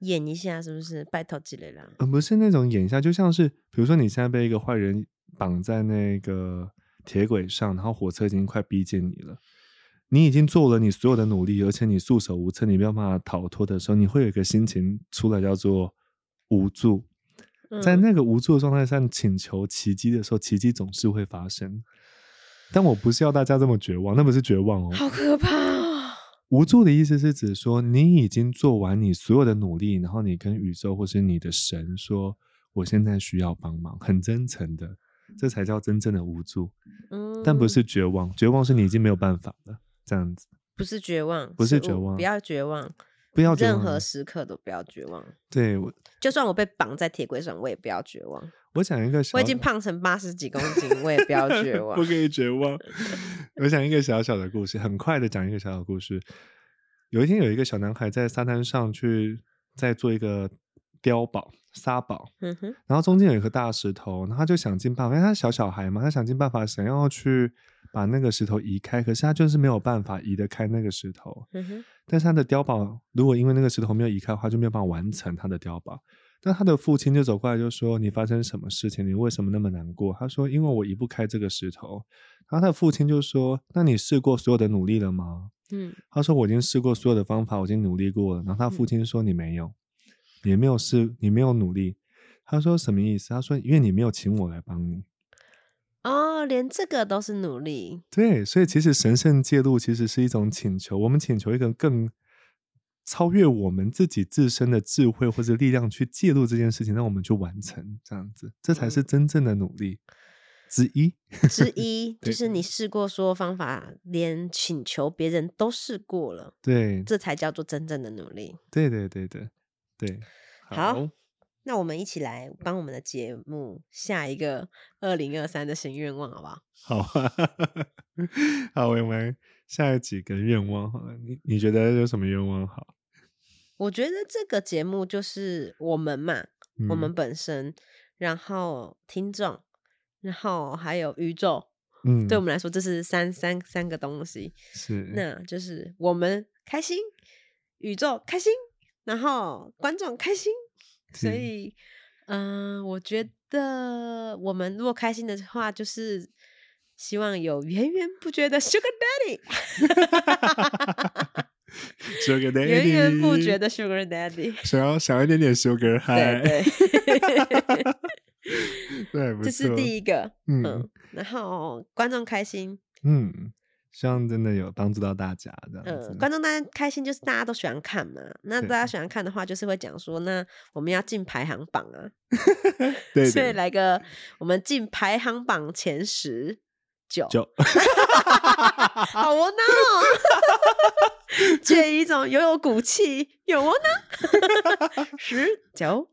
演一下是不是？拜托积累啦，
呃而不是那种眼下，就像是比如说你现在被一个坏人绑在那个铁轨上，然后火车已经快逼近你了。你已经做了你所有的努力，而且你束手无策，你没有办法逃脱的时候，你会有一个心情出来叫做无助。在
嗯
那个无助的状态下请求奇迹的时候，奇迹总是会发生。但我不是要大家这么绝望，那不是绝望哦。
嗯好可怕哦！
无助的意思是指说，你已经做完你所有的努力，然后你跟宇宙或是你的神说：“我现在需要帮忙。”很真诚的，这才叫真正的无助，
嗯
但不是绝望。绝望是你已经没有办法了，这样子
不是绝望，
不是
我
绝望
不要绝望，
不要绝
任
望
何
了
时刻都不要绝望。
对我，
就算我被绑在铁轨上，我也不要绝望。
我讲一个小，
我已经胖成八十几公斤，我也不要绝望
不。可以绝望。 我讲一个小小的故事，很快的讲一个小小故事。有一天，有一个小男孩在沙滩上去在做一个碉堡、沙堡，
嗯哼，
然后中间有一颗大石头，然后他就想尽办法，因为他小小孩嘛，他想尽办法想要去把那个石头移开，可是他就是没有办法移得开那个石头。
嗯哼，
但是他的碉堡如果因为那个石头没有移开的话，就没有办法完成他的碉堡。那他的父亲就走过来就说：“你发生什么事情？你为什么那么难过？”他说：“因为我移不开这个石头。”然后他的父亲就说：“那你试过所有的努力了吗
嗯，？”
他说：“我已经试过所有的方法，我已经努力过了。”然后他父亲说：“你没有，你没有试，你没有努力。”他说：“什么意思？”他说：“因为你没有请我来帮你。”
哦，连这个都是努 力。
对，所以其实神圣介入其实是一种请求，我们请求一个更超越我们自己自身的智慧或者力量去介入这件事情，让我们去完成这样子，这才是
嗯
真正的努力之一。
之一就
对
是你试过所有方法，连请求别人都试过了，
对，
这才叫做真正的努力。
对对对对对，
好那我们一起来帮我们的节目下一个二零二三的新愿望，好不好？
好啊，好，我们下几个愿望好了，你你觉得有什么愿望好？
我觉得这个节目就是我们嘛，我
嗯
们本身，然后听众，然后还有宇宙，
嗯，
对我们来说这是三三三个东西，
是
那就是我们开心，宇宙开心，然后观众开心，所
是
以，嗯、我觉得我们如果开心的话，就是希望有源源不绝的 Sugar Daddy。
Sugar Daddy
源源不绝的 Sugar Daddy。
想要想要一点点 Sugar
对
High，
对，
对，不
这是
错
第一个，
嗯
嗯，然后观众开心，
嗯，希望真的有帮助到大家这样子
嗯，。观众大家开心就是大家都喜欢看嘛，那
对嗯
大家喜欢看的话，就是会讲说，那我们要进排行榜啊，
对
所以
对，
来个我们进排行榜前十九，
九
好窝囊哦， 这一种拥有骨气，有窝囊， 十九。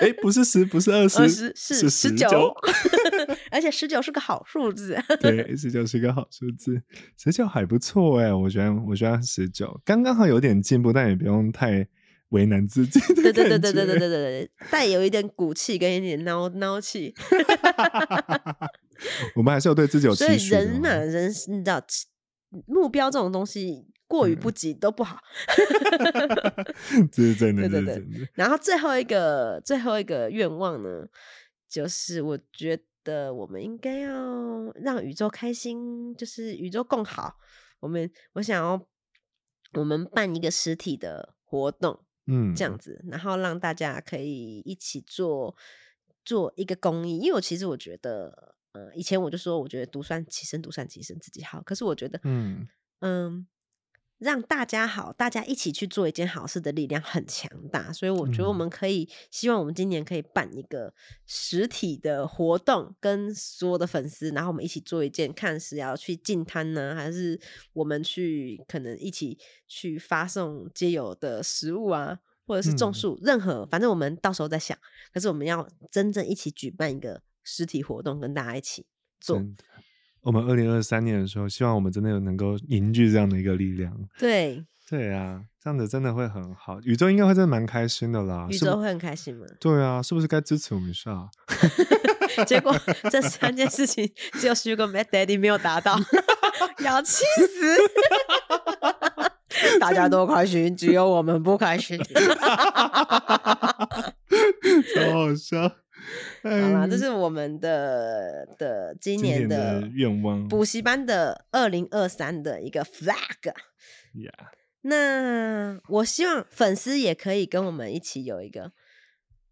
哎，不是十，不是二
二
十
十，是十九
19，
而且十九是个好数字。
对，十九是一个好数字，十九还不错哎，我觉得我觉得十九刚刚好有点进步，但也不用太为难自己的
对对对
感
对对对
觉
对对对，带有一点骨气跟一点孬孬气，
我们还是有对自己有期
所以
许的
人嘛，
嘛，
人是你知道，嗯目标这种东西过于
嗯
不及都不好。
这是真
对对对
的，这是真的。
然后最后一个最后一个愿望呢，就是我觉得我们应该要让宇宙开心，就是宇宙更好。我们我想要我们办一个实体的活动，
嗯，
这样子，然后让大家可以一起做做一个公益。因为我其实我觉得，呃，以前我就说，我觉得独善其身，独善其身自己好。可是我觉得，
嗯
嗯，让大家好，大家一起去做一件好事的力量很强大。所以我觉得我
嗯
们可以，希望我们今年可以办一个实体的活动，跟所有的粉丝，然后我们一起做一件，看是要去进摊呢，还是我们去可能一起去发送街友的食物啊。或者是种
嗯
树，任何反正我们到时候再想。可是我们要真正一起举办一个实体活动，跟大家一起做。
真的。我们二零二三年的时候，希望我们真的有能够凝聚这样的一个力量。
对，
对啊，这样子真的会很好，宇宙应该会真的蛮开心的啦。
宇
是不
宙会很开心吗？
对啊，是不是该支持我们一下？啊
结果这三件事情只有 Sugar Mad Daddy 没有达到， 要气死！ 大家都开心，只有我们不开心。
超好笑。
好啦，这
嗯
是我们的的今
今
年
年的愿望
补习班的二零二三的一个 flag。
呀
那我希望粉丝也可以跟我们一起有一个，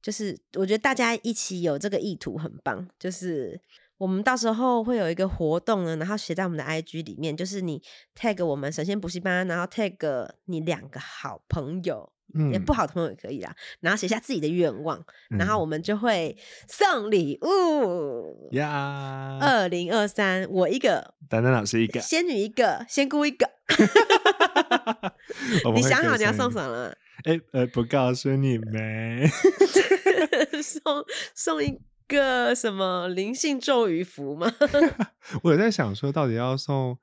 就是我觉得大家一起有这个意图很棒，就是。我们到时候会有一个活动呢，然后写在我们的 IG 里面，就是你 tag 我们神仙补习班，然后 tag 你两个好朋友，
嗯
也不好的朋友也可以啦，然后写下自己的愿望，然
嗯
后我们就会送礼物。
呀，
二零二三，我一个
丹丹老师一个，
仙女一个，仙姑一个。
我们
你
会
想
各
好你要
送
送
一
什
个？
么了？
哎呃，不告诉你们，
送送一个什么灵性咒语符吗？
我有在想说，到底要送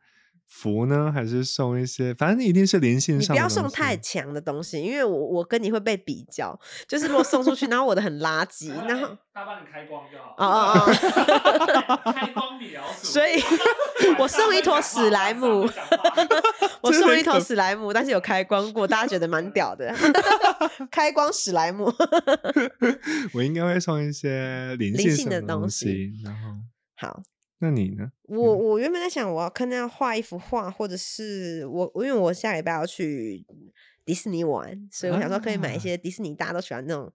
福呢，还是送一些？反正一定是灵性
你
上
不
的
要
东
送太
西
强的东西，因为我我跟你会被比 较。就是如果送出去，然后我的很垃圾，然后
他哎帮你开光就好。
哦哦哦，
开光米老 鼠。
所以我送一坨史莱姆
晚
我
上会讲话
真的
送
很
一头
可
史莱姆，但是有开光过，大家觉得蛮屌 的， 开光史莱姆。
我应该会送一些灵
灵性
上
的
的
东西
西。然后，
好，
那你呢？
我我原本在想，我要看能要画一幅画，或者是我我因为我下礼拜要去迪士尼玩，所以我想说可以买一
啊
些迪士尼大家都喜欢那种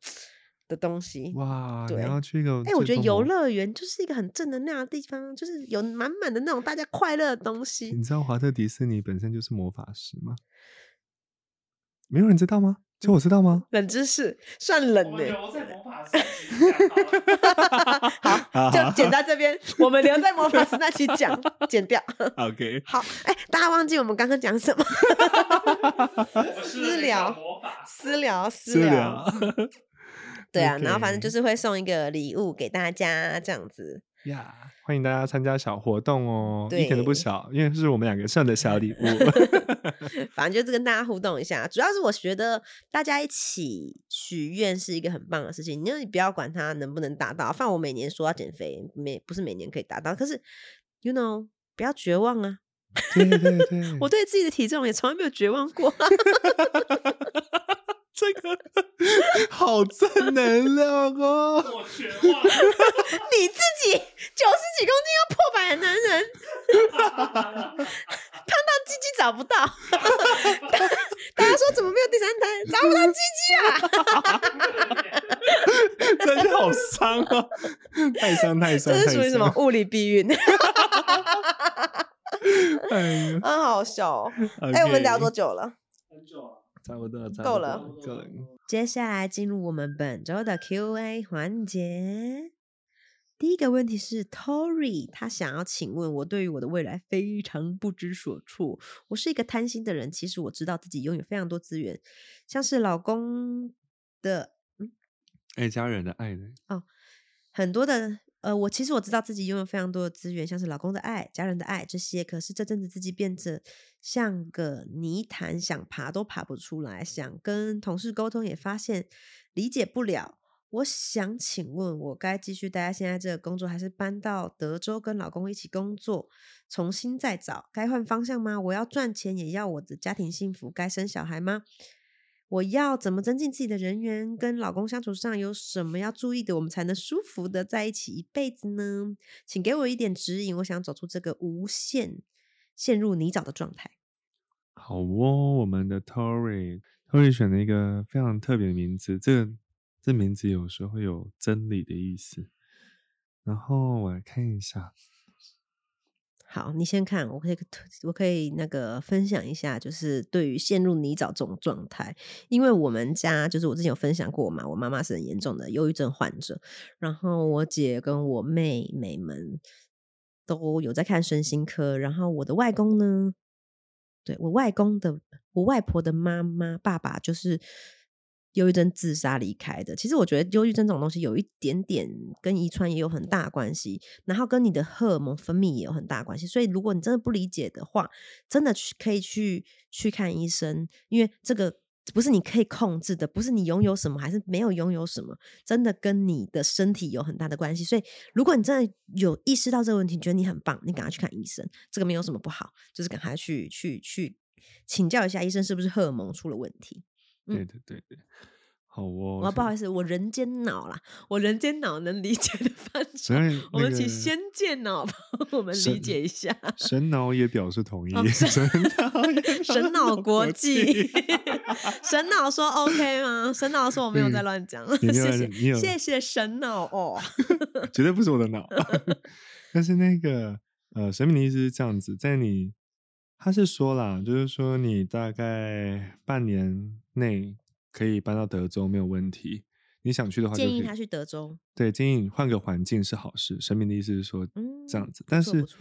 的东西。
哇，你
对
要去一个？
哎、我觉得游，乐园就是一个很正能量的地方，就是有满满的那种大家快乐的东西
你。知道华特迪士尼本身就是魔法师吗？没有人知道吗？就我知道 吗？
冷知识算
我
冷呢、
们留在魔法世界讲好了。
好，就剪到这边，我们留在魔法师那期讲，剪掉。
OK，
好，哎、大家忘记我们刚刚讲什么？
我是那
私
个
聊
魔法师。
私聊，私
是
聊。
的
对啊，然后反正
OK
就是会送一个礼物给大家这样子。
呀欢迎大家参加小活动哦，一点都
对
不小，因为是我们两个送的小 礼物。
反正就是跟大家互动一下。主要是我觉得大家一起许愿是一个很棒的事情，你就不要管它能不能达到。反正我每年说要减肥，每不是每年可以达到，可是 you know 不要绝望啊！
对对对，
我对自己的体重也从来没有绝望过、
这个好正能量哦！
我绝望。
你自己九十几公斤要破百的男人，胖到鸡鸡找不到， 大家说怎么没有第三胎？找不到鸡 鸡啊！
真的好伤哦， 太伤太伤，
这是
太
属于什么
伤？
物理避孕？
哎呦
啊，好笑哦！ 哎、我们聊多
OK，
久了？
很 久了。
差不多，差不
够
多
了
够了。
接下来进入我们本周的 Q&A 环节。第一个问题是 Tory，他想要请问我对于我的未来非常不知所措。我是一个贪心的人，其实我知道自己拥有非常多资源，像是老公的
哎，家人的爱呢？
哦很多的呃，我其实我知道自己拥有非常多的资源，像是老公的爱、家人的爱这些，可是这阵子自己变得像个泥潭，想爬都爬不出来，想跟同事沟通也发现理解不了。我想请问，我该继续待在现在这个工作，还是搬到德州跟老公一起工作，重新再找？该换方向吗？我要赚钱，也要我的家庭幸福。该生小孩吗？我要怎么增进自己的人缘？跟老公相处上有什么要注意的，我们才能舒服的在一起一辈子呢？请给我一点指引，我想走出这个无限陷入泥沼的状态。
好哦，我们的 Tory，Tory 选了一个非常特别的名字，这个这名字有时候有真理的意思。然后我来看一下，
好，你先看，我可以推，我可以那个分享一下，就是对于陷入泥沼这种状态，因为我们家就是我之前有分享过嘛，我妈妈是很严重的忧郁症患者，然后我姐跟我妹妹们都有在看身心科，然后我的外公呢，对我外公的我外婆的妈妈爸爸就是忧郁症自杀离开的。其实我觉得忧郁症这种东西有一点点跟遗传也有很大关系，然后跟你的荷尔蒙分泌也有很大关系。所以如果你真的不理解的话，真的去可以去去看医生，因为这个。不是你可以控制的，不是你拥有什么还是没有拥有什么，真的跟你的身体有很大的关系。所以，如果你真的有意识到这个问题，你觉得你很棒，你赶快去看医生，这个没有什么不好，就是赶快去去去请教一下医生是不是荷尔蒙出了问题。嗯
对的对的。好哦，
我不好
意
意思，我人间脑啦，我人间脑能理解的范畴
所以，那
我们请
个
仙剑脑帮 我们理
神
解一 下。
神脑也表示同意
哦，神
神脑也表示
神脑
同
国
意
际， 神脑说 OK 吗？神脑说我没有在
嗯
乱讲，谢
你没有
谢
你有
谢谢神脑哦。
绝对不是我的脑。 但是那个呃，神秘的意思是这样子，在你他是说啦，就是说你大概半年内可以搬到德州没有问题。你想去的话就可
建
以，
议他去德州，
对，建议你换个环境是好事。神明的意思是说
嗯
这样子，
不
但
错
是
不错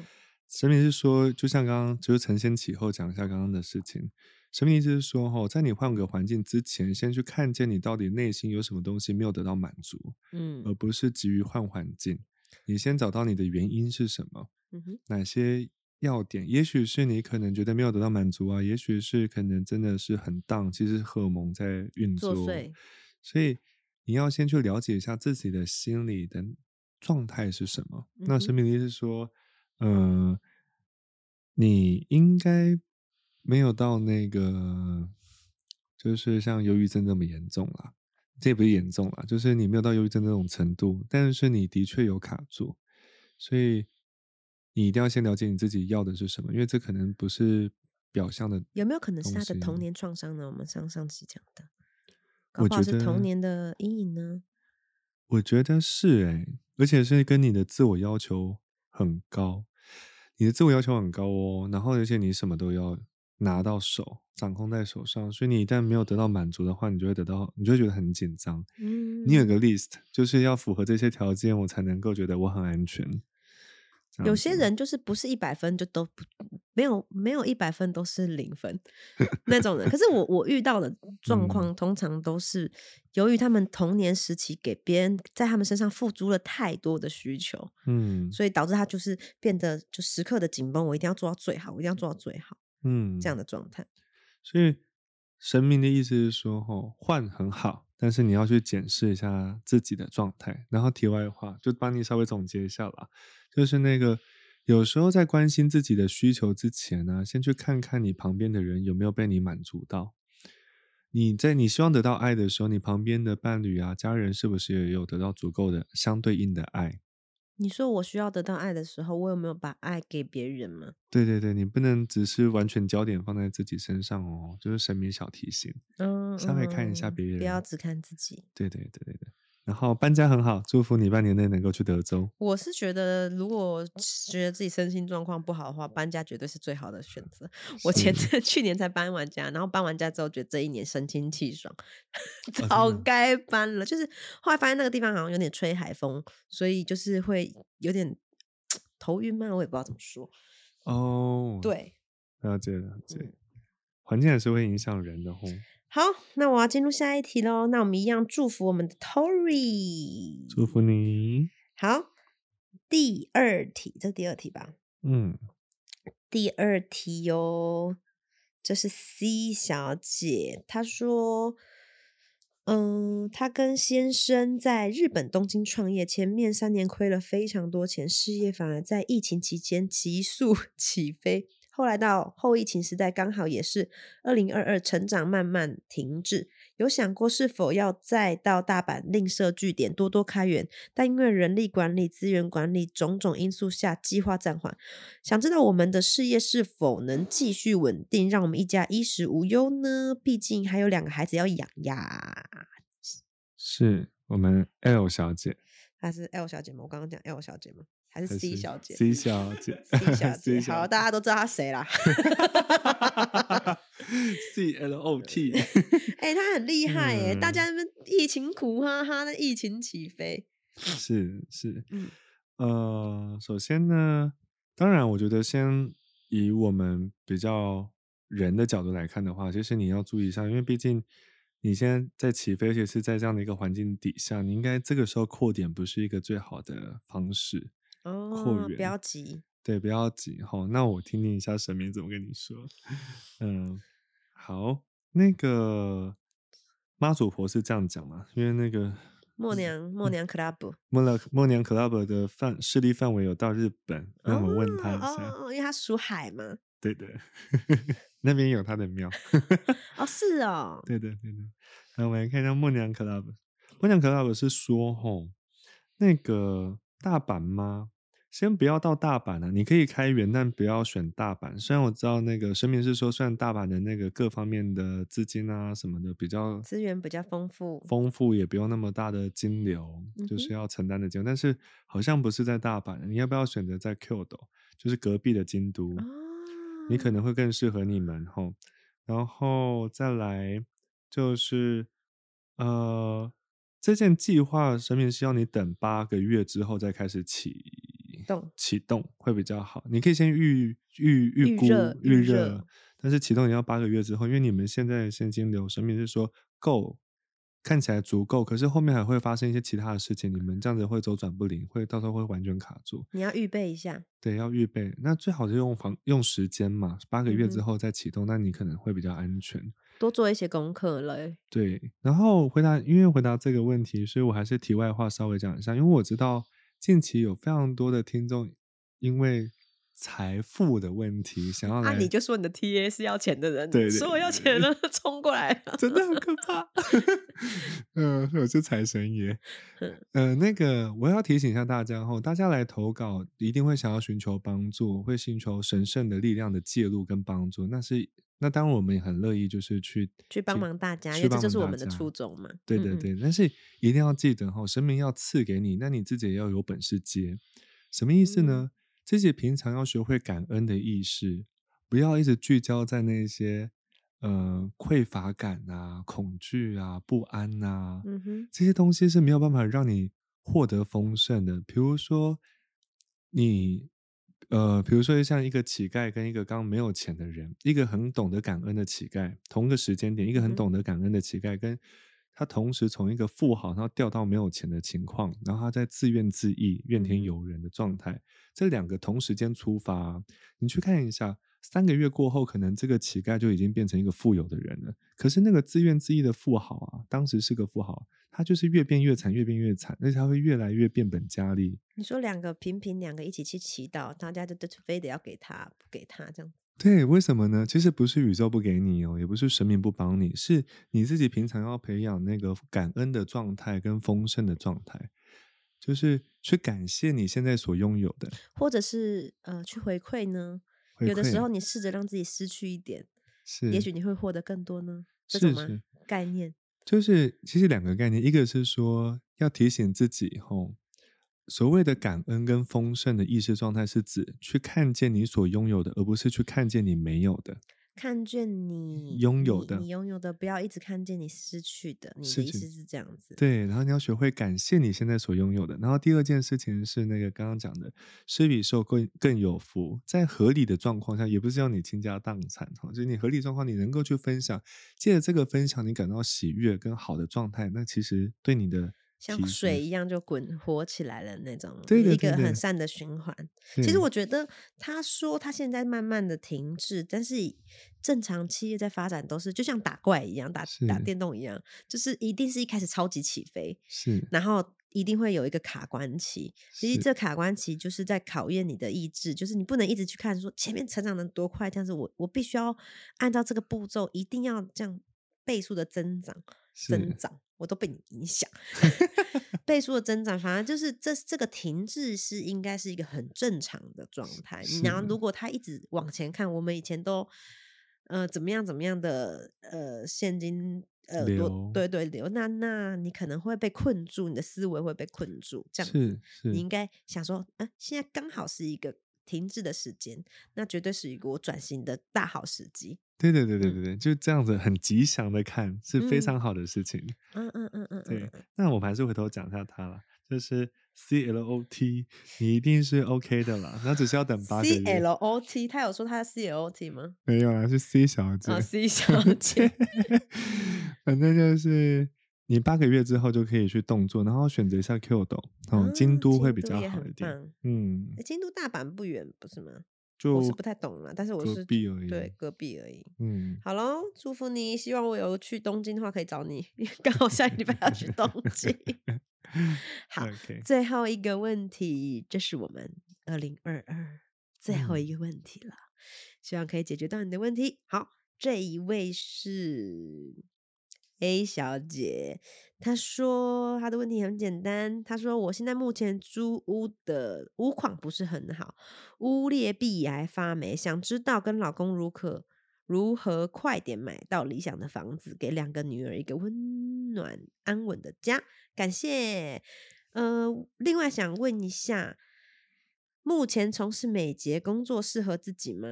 神明是说，就像刚刚就是承先启后讲一下刚刚的事情。神明的意思是说，哈，在你换个环境之前，先去看见你到底内心有什么东西没有得到满足，
嗯
而不是急于换环境。你先找到你的原因是什么，
嗯哼
哪些要点？也许是你可能觉得没有得到满足啊，也许是可能真的是很荡，其实是荷尔蒙在运
作
作，
祟
所以你要先去了解一下自己的心理的状态是什么。那
嗯
神明的意思是说，呃，你应该没有到那个，就是像忧郁症这么严重啦。这也不是严重啦，就是你没有到忧郁症那种程度，但是你的确有卡住，所以你一定要先了解你自己要的是什么，因为这可能不是表象的。
有没有可能是
东
他的
西
童年创伤呢？我们上上期讲的，搞
我
不好
觉
是童
得
年的阴影呢。
我觉得是哎、而且是跟你的自我要求很高，你的自我要求很高哦，然后而且你什么都要拿到手，掌控在手上，所以你一旦没有得到满足的话，你就会得到，你就会觉得很紧张。
嗯，
你有个 list，就是要符合这些条件，我才能够觉得我很安全。这
有
样
些
子
人就是不是一百分就都不没有没有一百分都是零分那种人。可是我我遇 到的
嗯
状况，通常都是由于他们童年时期给别人在他们身上付诸了太多的需求，
嗯
所以导致他就是变得就时刻的紧绷，我一定要做到最好，我一定要做到最好
嗯
这样的状态。
所以神明的意思是说，吼换很好，但是你要去检视一下自己的状态。然后题外话，就帮你稍微总结一下啦，就是那个有时候在关心自己的需求之前呢、先去看看你旁边的人有没有被你满足到。你在你希望得到爱的时候，你旁边的伴侣啊、家人是不是也有得到足够的相对应的爱？
你说我需要得到爱的时候，我有没有把爱给别人吗？
对对对，你不能只是完全焦点放在自己身上哦，就是神明小提醒，
嗯，
稍微看一下
嗯
别人，
不要只看自己。
对对对对对。然后搬家很好，祝福你半年内能够去德州。
我是觉得，如果是觉得自己身心状况不好的话，搬家绝对是最好的选择。 我前
是
阵去年才搬完家，然后搬完家之后，觉得这一年神清气爽，
哦真
早
的
该搬了。就是后来发现那个地方好像有点吹海风，所以就是会有点头晕嘛，我也不知道怎么说。
哦，，
对，
了解了解，
嗯
环境也是会影响人的哦。
好，那我要进入下一题喽。那我们一样祝福我们的 Tory，
祝福你，
好，第二题，这是第二题吧？
嗯，
第二题哟、这是 C 小姐，她说，嗯，她跟先生在日本东京创业，前面三年亏了非常多钱，事业反而在疫情期间急速 起飞。后来到后疫情时代，刚好也是二零二二成长慢慢停滞。有想过是否要再到大阪另设据点，多多开源，但因为人力管理、资源管理种种因素下，计划暂缓。想知道我们的事业是否能继续稳定，让我们一家衣食无忧呢？毕竟还有两个孩子要养呀。
是我们 L 小姐
她是 L 小姐吗？我刚刚讲 L 小姐吗？还是
还
C
是
小姐
，C 小姐
C 小姐，
小
好，大家都知道她谁啦。
C L O T，
哎、她很厉害耶、大
嗯
家那边疫情苦哈哈，那疫情起飞，
是是，
嗯
呃，首先呢，当然，我觉得先以我们比较人的角度来看的话，其实你要注意一下，因为毕竟你现在在起飞，而且是在这样的一个环境底下，你应该这个时候扩点不是一个最好的方式。
哦，
源
不要 急，
对，不要急哈。那我听听一下神明怎么跟你说。嗯，好，那个妈祖婆是这样讲嘛，因为那个
默娘默娘 club，
默了默娘 club 的范势力范围有到日本，那我们问他一下。
哦哦，哦因为她属海嘛，
对的， 那边有他的庙。
哦，是哦，
对的，对的。那我们来看一下默娘 club。默娘 club 是说，吼，那个大阪吗？先不要到大阪啊了、你可以开源，但不要选大阪。虽然我知道那个声明是说，虽然大阪的那个各方面的资金啊什么的比较
资源比较丰富，
丰富，也不用那么大的金流，就
嗯
是要承担的金流。但是好像不是在大阪，你要不要选择在 Kyoto，就是隔壁的京都？
哦，
你可能会更适合你们吼。然后再来就是，呃，这件计划神明希望你等八个月之后再开始启
动
启动会比较好。你可以先预预
预
预估
热预
预
热
热，但是启动也要八个月之后，因为你们现在的现金流，神明是说够。看起来足够，可是后面还会发生一些其他的事情，你们这样子会周转不灵，会到时候会完全卡住。
你要预备一下，
对，要预备。那最好是用房用时间嘛，八个月
嗯
之
哼
后再启动，那你可能会比较安全。
多做一些功课嘞。
对，然后回答，因为回答这个问题，所以我还是题外话稍微讲一下，因为我知道近期有非常多的听众因为财富的问题想要来，
啊，你就说你的 T A 是要钱的人，
对对
说我要钱了，冲过来了。
真的很可怕。 嗯、我是财神 爷。
嗯
呃，那个我要提醒一下大家哦，大家来投稿一定会想要寻求帮助，会寻求神圣的力量的介入跟帮助。那是那当然，我们也很乐意就是去
去帮
提
忙大家，因
去
为这
帮
就
忙
是我
大
们的
家
初衷嘛。
对
嗯
对
嗯
对，但是一定要记得哈、神明要赐给你，那你自己也要有本事接。什么意
嗯
思呢？自己平常要学会感恩的意识，不要一直聚焦在那些呃匮乏感啊、恐惧啊、不安啊、
嗯哼，
这些东西是没有办法让你获得丰盛的。比如说你。呃，比如说像一个乞丐跟一个刚没有钱的人，一个很懂得感恩的乞丐，同个时间点，一个
嗯
很懂得感恩的乞丐，跟他同时从一个富豪，然后掉到没有钱的情况，然后他在自怨自艾、怨
嗯
天尤人的状态，这两个同时间出发，啊你去看一下，三个月过后，可能这个乞丐就已经变成一个富有的人了。可是那个自怨自艾的富豪啊，当时是个富豪，他就是越变越惨，越变越惨，而且他会越来越变本加厉。
你说两个平平，两个一起去祈祷，大家就就非得要给他，不给他这样。
对，为什么呢？其实不是宇宙不给你哦，也不是神明不帮你，是你自己平常要培养那个感恩的状态跟丰盛的状态，就是去感谢你现在所拥有的。
或者是呃去回馈呢？
回
有的时
馈
候你试着让自己失去一点，
是，
也许你会获得更多呢。这种
是
吗
是
概念？
就是其实两个概念，一个是说要提醒自己吼、所谓的感恩跟丰盛的意识状态，是指去看见你所拥有的，而不是去看见你没有的。
看见你
拥有
你
的
你拥有的，不要一直看见你失去的。你的
是
意
是
思是这样子？，
对，然后你要学会感谢你现在所拥有的。然后第二件事情是那个刚刚讲的，施比受更更有福，在合理的状况下，也不是要你倾家荡产哈，就是你合理状况，你能够去分享，借着这个分享，你感到喜悦跟好的状态，那其实对你的
像
提升
水一样就滚活起来了那种，
对
一
的
个
对
很
的
善的循环。其实
对
我觉得他说他现在慢慢的停滞，但是正常企业在发展都是就像打怪一样，打打
是
电动一样，就是一定是一开始超级起飞，
是
然后一定会有一个卡关期。其实
是
这卡关期就是在考验你的意志，就是你不能一直去看说前面成长的多快，但是我我必须要按照这个步骤，一定要这样倍数的增长。增
是
长，我都被你影 响。倍数的增长，反而就是这这个停滞是应该是一个很正常的状态。
是
然后，
的
如果它一直往前看，我们以前都呃怎么样怎么样的呃现金呃多
流
对对流，那那你可能会被困住，你的思维会被困住。这样子，
是是
你应该想说，嗯、现在刚好是一个停滞的时间，那绝对是一个我转型的大好时机。
对对对对
嗯
对对，就这样子很吉祥的看是非常好的事情。
嗯嗯嗯嗯嗯
对，那我们还是回头讲一下它啦，就是 C L O T，你一定是 OK 的啦，那只是要等八个
，C
月。
L O T，他有说他 C L O T 吗？
没有啦，是 C 小姐。
哦 c 小姐，
反正就是你八个月之后就可以去动作，然后选择一下 Q 斗哦
啊，
京都会
京
比
都
较
也
好
很
一点。
棒
嗯，
诶京都大阪不远，不是吗？
就
我是不太懂啦，但是我
隔
是
壁而已
对，隔壁而已。
嗯，
好喽，祝福你！希望我有去东京的话可以找你， 因为刚好下个礼拜要去东 京。好
OK，
最后一个问题，这是我们二零二二最后一个问题了。希望可以解决到你的问题。好，这一位是 A 小姐，她说她的问题很简单，她说我现在目前租屋的屋况不是很好，屋裂壁癌发霉，想知道跟老公如何如何快点买到理想的房子，给两个女儿一个温暖安稳的家。感谢。呃，另外想问一下，目前从事美睫工作适合自己吗？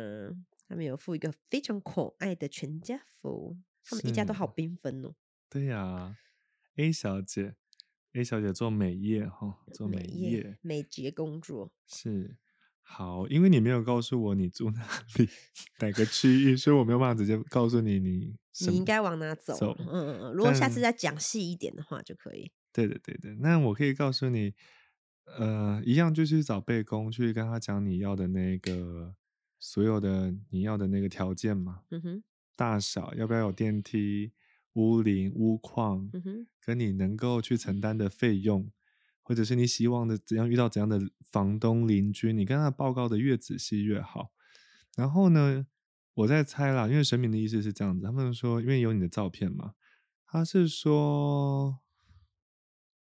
他们有附一个非常可爱的全家福，他们一家都
是
好缤纷哦。
对呀、a 小姐，A 小姐做美业哈、做美
业
业
美睫工作，
是好，因为你没有告诉我你住哪里哪个区域，所以我没有办法直接告诉你你什
你应
么
该往哪走？
走
嗯嗯嗯，如果下次再
但
讲细一点的话就可以。
对的，对的。那我可以告诉你，呃，一样就去找背公去跟他讲你要的那个所有的你要的那个条件嘛，
嗯哼，
大小，要不要有电梯、屋龄、屋况，
嗯哼，
跟你能够去承担的费用，或者是你希望的怎样遇到怎样的房东邻居，你跟他报告的越仔细越好。然后呢，我在猜啦，因为神明的意思是这样子，他们说因为有你的照片嘛，他是说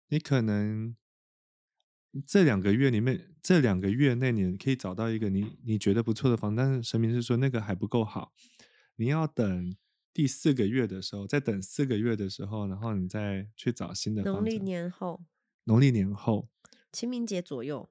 你可能这两个月里面，这两个月内你可以找到一个你你觉得不错的房，但是神明是说那个还不够好，你要等第四个月的时候，再等四个月的时候，然后你再去找新的
农
房
历
子
年后，
农历年后，
清明节左右，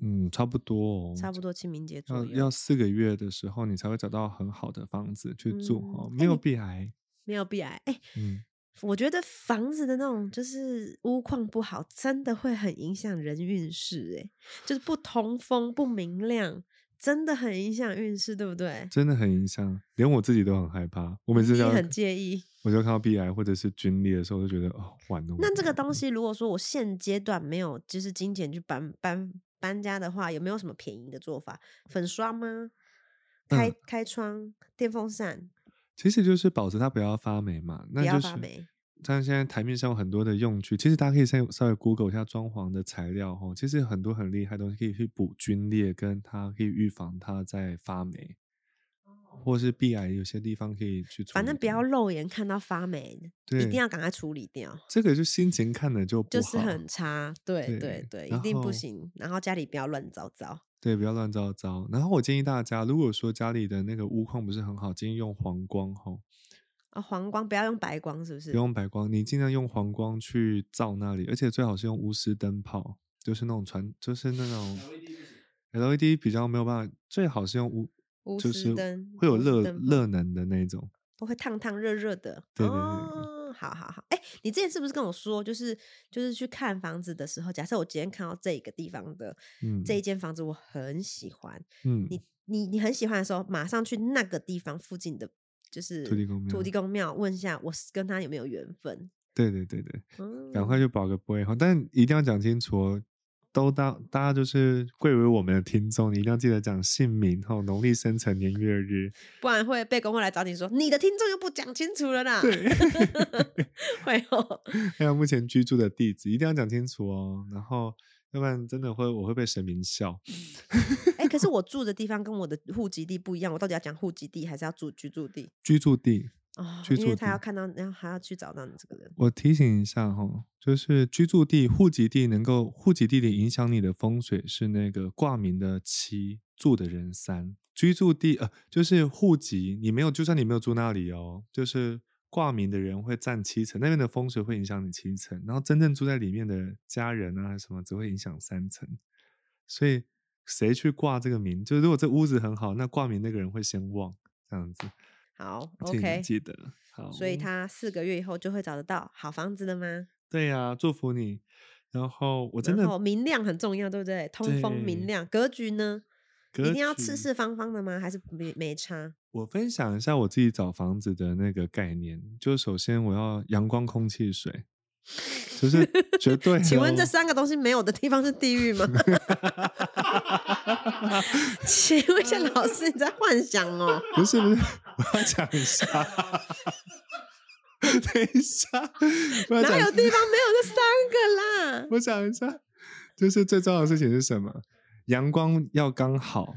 嗯，差不多、哦，
差不多清明节左
要
右
要四个月的时候，你才会找到很好的房子去住哦，
嗯
没
哎
有
你
避癌，
没有避癌。哎、
嗯，
我觉得房子的那种就是屋况不好，真的会很影响人运势、哎，就是不通风、不明亮，真的很影响运势，对不对？
真的很影响，连我自己都很害怕。我每次
你
要
也很介意。
我就看到避癌或者是菌裂的时候，我就觉得哦，完了。
那
完
这个
了
东西，如果说我现阶段没有就是金钱去搬搬搬家的话，有没有什么便宜的做法？粉刷吗？开、
嗯
开窗、电风扇，
其实就是保持它不要发霉嘛，那
不要
就是
发霉。
像现在台面上有很多的用具，其实大家可以稍稍微 Google 一下装潢的材料哦，其实很多很厉害的东西可以去补菌裂，跟它可以预防它在发霉，或是避癌，有些地方可以去处理它。
哦反正不要肉眼看到发霉，
对，
一定要赶快处理掉。
这个就心情看了就不
就是
好
很差，对对
对
对，一
然
定不
后
行。然后家里不要乱糟糟，
对，不要乱糟糟。然后我建议大家，如果说家里的那个屋况不是很好，建议用黄光吼，
啊、黄光不要用白光，是不是？
不用白光，你尽量用黄光去照那里，而且最好是用钨丝灯泡，就是那种传，就是那种
LED E 不
LED
行
比较没有办法，最好是用钨，
钨丝
就是
灯
会有
钨丝灯
热
泡
热能的那种。
不会烫烫热热的。
对对对对
哦，好好好。哎、你之前是不是跟我说，就是就是去看房子的时候，假设我今天看到这个地方的、
嗯，
这一间房子，我很喜欢，
嗯，
你你你很喜欢的时候，马上去那个地方附近的。就是
地公
土
庙
地公庙，问一下我是跟他有没有缘分？
对对对对，
嗯，
赶快去保个不会哈，但一定要讲清楚哦。都当大家就是贵为我们的听众，你一定要记得讲姓名吼，农历生辰年月日。
不然会被公会来找你说，你的听众又不讲清楚了啦。
对，
会哦。
还有目前居住的地址，一定要讲清楚哦。然后，要不然真的会我会被神明笑。
哎、可是我住的地方跟我的户籍地不一样，我到底要讲户籍地还是要住居住地？
居住地，
哦，
居
因为
住
他要
地
看到，然后还要去找到你这个人。
我提醒一下哈、就是居住地、户籍地能够户籍地里影响你的风水是那个挂名的七住的人三居住地呃，就是户籍你没有，就算你没有住那里哦，就是挂名的人会占七成，那边的风水会影响你七成，然后真正住在里面的家人啊什么只会影响三成，所以谁去挂这个名，就是如果这屋子很好，那挂名那个人会先旺这样子，
好
请你
，OK。
记得好，哦
所以他四个月以后就会找得到好房子了吗？
对呀、祝福你。然后我真
然
的
后明亮很重要，对不对？通风明
对
亮，格局呢？
格
一定要四
局
四方方的吗？还是没没差？
我分享一下我自己找房子的那个概念，就首先我要阳光、空气、水，就是绝对。哦
请问这？三个东西没有的地方是地狱 吗？请问一下老师，你在幻想哦？
不是不是，我要讲一下。 等一下，我要
哪
讲一
有
下
地方没有这三个啦？
我讲一下，就是最重要的事情是什么？阳光要刚好，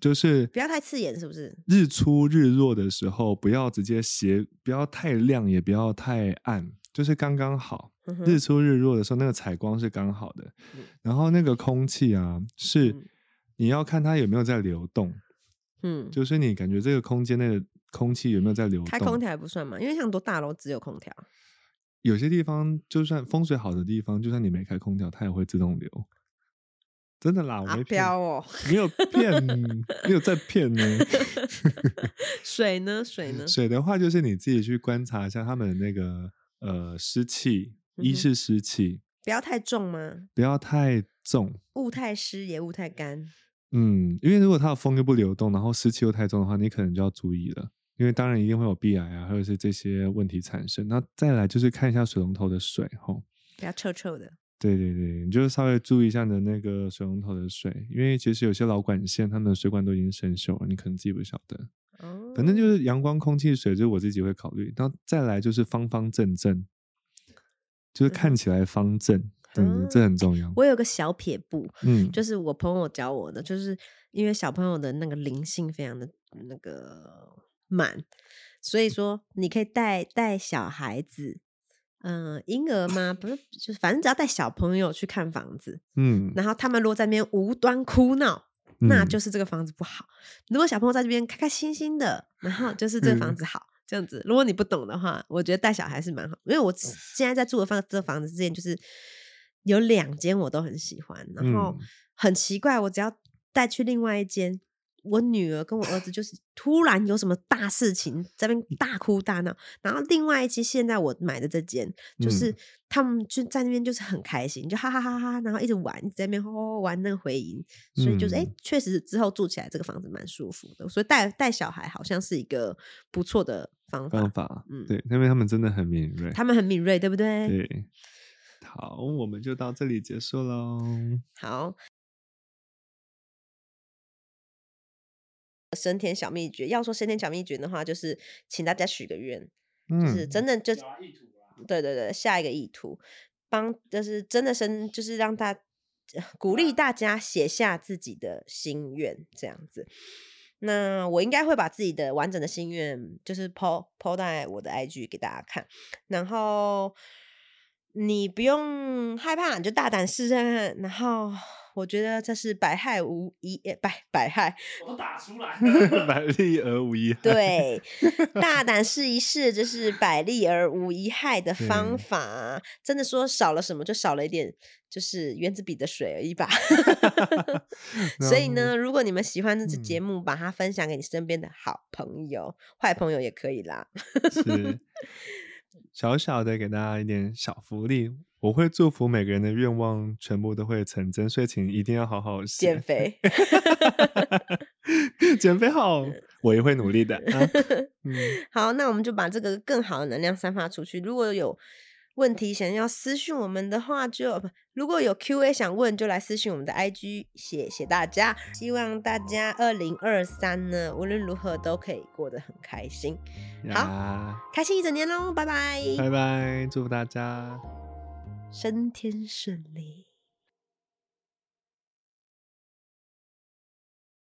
就是
不要太刺眼，是不是？
日出日落的时候，不要直接斜，不要太亮，也不要太暗，就是刚刚好。
嗯哼
日出日落的时候，那个采光是刚好的，
嗯
然后那个空气啊，是
嗯
你要看它有没有在流动，
嗯，
就是你感觉这个空间内的空气有没有在流
开空
动。
调还不算嘛，因为像很多大楼只有空调。
有些地方就算风水好的地方，就算你没开空调，它也会自动流。真的啦，我
阿
没骗，
飘哦，
没有骗，没有在骗呢。
水呢？水呢？
水的话，就是你自己去观察一下他们的那个呃湿气，
嗯
一
哼
是湿气，
不要太重吗？
不要太重。
雾太湿也雾太干。
嗯，因为如果它的风又不流动，然后湿气又太重的话，你可能就要注意了，因为当然一定会有壁癌啊，或者是这些问题产生。那再来就是看一下水龙头的水吼，
不要臭臭的。
对对对，你就稍微注意一下你的那个水龙头的水，因为其实有些老管线，他们的水管都已经生锈了，你可能自己不晓得。
哦，
反正就是阳光、空气、水，就是我自己会考虑。然后再来就是方方正正，就是看起来方正，嗯，这
啊
很重要。
我有个小撇步，
嗯，
就是我朋友教我的，就是因为小朋友的那个灵性非常的嗯那个满，所以说你可以带带小孩子，嗯、婴儿吗？不是，就是反正只要带小朋友去看房子，
嗯，
然后他们如果在那边无端哭闹，那
嗯
就是这个房子不好。如果小朋友在这边开开心心的，然后就是这个房
嗯
子好。这样子，如果你不懂的话，我觉得带小孩是蛮好，因为我之
哦
现在在住的房这个房子之前，就是有两间我都很喜欢，然后
嗯
很奇怪，我只要带去另外一间，我女儿跟我儿子就是突然有什么大事情在那
嗯
边大哭大闹，然后另外一期现在我买的这间，就
嗯
是他们就在那边就是很开心，就哈哈哈哈，然后一直玩，一直在那边吼吼吼玩那个回音，所以就是哎
嗯，
确、实之后住起来这个房子蛮舒服的，所以带带小孩好像是一个不错的方法。
方法，
嗯
对，因为他们真的很敏锐。
他们很敏锐，对不对？
对，好，我们就到这里结束喽。
好。升天小秘诀，要说升天小秘诀的话，就是请大家许个愿，
嗯，
就是真的就
有啊意图啊，
对对对，下一个意图，帮就是真的生，就是让大呃鼓励大家写下自己的心愿这样子。那我应该会把自己的完整的心愿，就是 PO PO 在我的 IG 给大家看，然后你不用害怕，你就大胆试试看。然后我觉得这是百害无一，呃百百害
我都打出来了。
百利而无 一害。，
对，大胆试一试，这是百利而无一害的方
对
法。真的说少了什么，就少了一点，就是原子笔的水而已吧。 所以呢，如果你们喜欢这期节目，把它分享给你身边的好朋友、坏朋友也可以啦。
是小小的给大家一点小福利。我会祝福每个人的愿望全部都会成真，所以请一定要好好
减
写。
肥，
减肥好，我也会努力的。啊、嗯，
好，那我们就把这个更好的能量散发出去。如果有问题想要私讯我们的话就，不如果有 Q&A 想问，就来私讯我们的 IG，谢谢大家。希望大家二零二三呢，无论如何都可以过得很开心，
呀，
开心一整年喽，拜拜，
拜拜，祝福大家。
升天顺利。